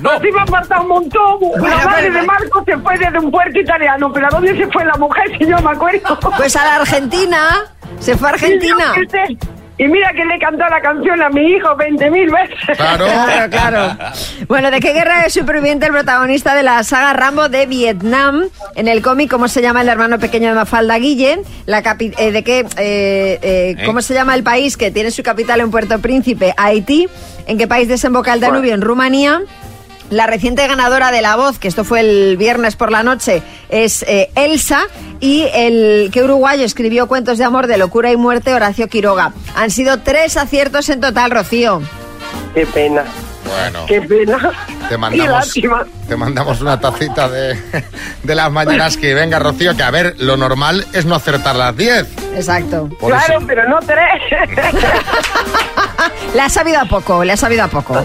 Speaker 2: No.
Speaker 29: Sí me ha faltado un montón.
Speaker 4: Bueno,
Speaker 29: la madre
Speaker 4: pero-
Speaker 29: de Marco se fue desde un puerto italiano, pero ¿a dónde se fue la mujer si yo me acuerdo?
Speaker 4: Pues a la Argentina. Se fue a Argentina.
Speaker 29: Sí, yo qué sé. Y mira que le he cantado la canción a mi hijo 20.000 veces.
Speaker 4: Claro, claro. Bueno, ¿de qué guerra es superviviente el protagonista de la saga Rambo de Vietnam? En el cómic, ¿cómo se llama el hermano pequeño de Mafalda Guille? La capi- eh, ¿De qué? eh, eh, ¿Cómo se llama el país que tiene su capital en Puerto Príncipe, Haití? ¿En qué país desemboca el Danubio? En Rumanía. La reciente ganadora de La Voz, que esto fue el viernes por la noche, es eh, Elsa. Y el que uruguayo escribió cuentos de amor, de locura y muerte, Horacio Quiroga. Han sido tres aciertos en total, Rocío.
Speaker 29: Qué pena.
Speaker 3: Bueno,
Speaker 29: Qué pena.
Speaker 3: te mandamos,
Speaker 29: Qué lástima.
Speaker 3: te mandamos una tacita de, de las mañanas que venga, Rocío, que a ver, lo normal es no acertar las 10.
Speaker 4: Exacto.
Speaker 3: Por Claro, eso.
Speaker 29: pero no tres.
Speaker 4: le has sabido a poco, le has sabido a poco.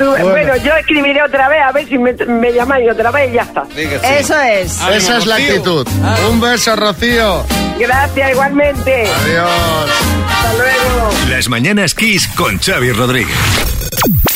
Speaker 29: Bueno. yo escribiré otra vez, a ver si me, me llamáis otra vez y ya está.
Speaker 4: Eso es.
Speaker 3: Esa es la actitud. Un beso, Rocío.
Speaker 29: Gracias, igualmente.
Speaker 3: Adiós.
Speaker 29: Hasta luego.
Speaker 13: Las mañanas Kiss con Xavi Rodríguez.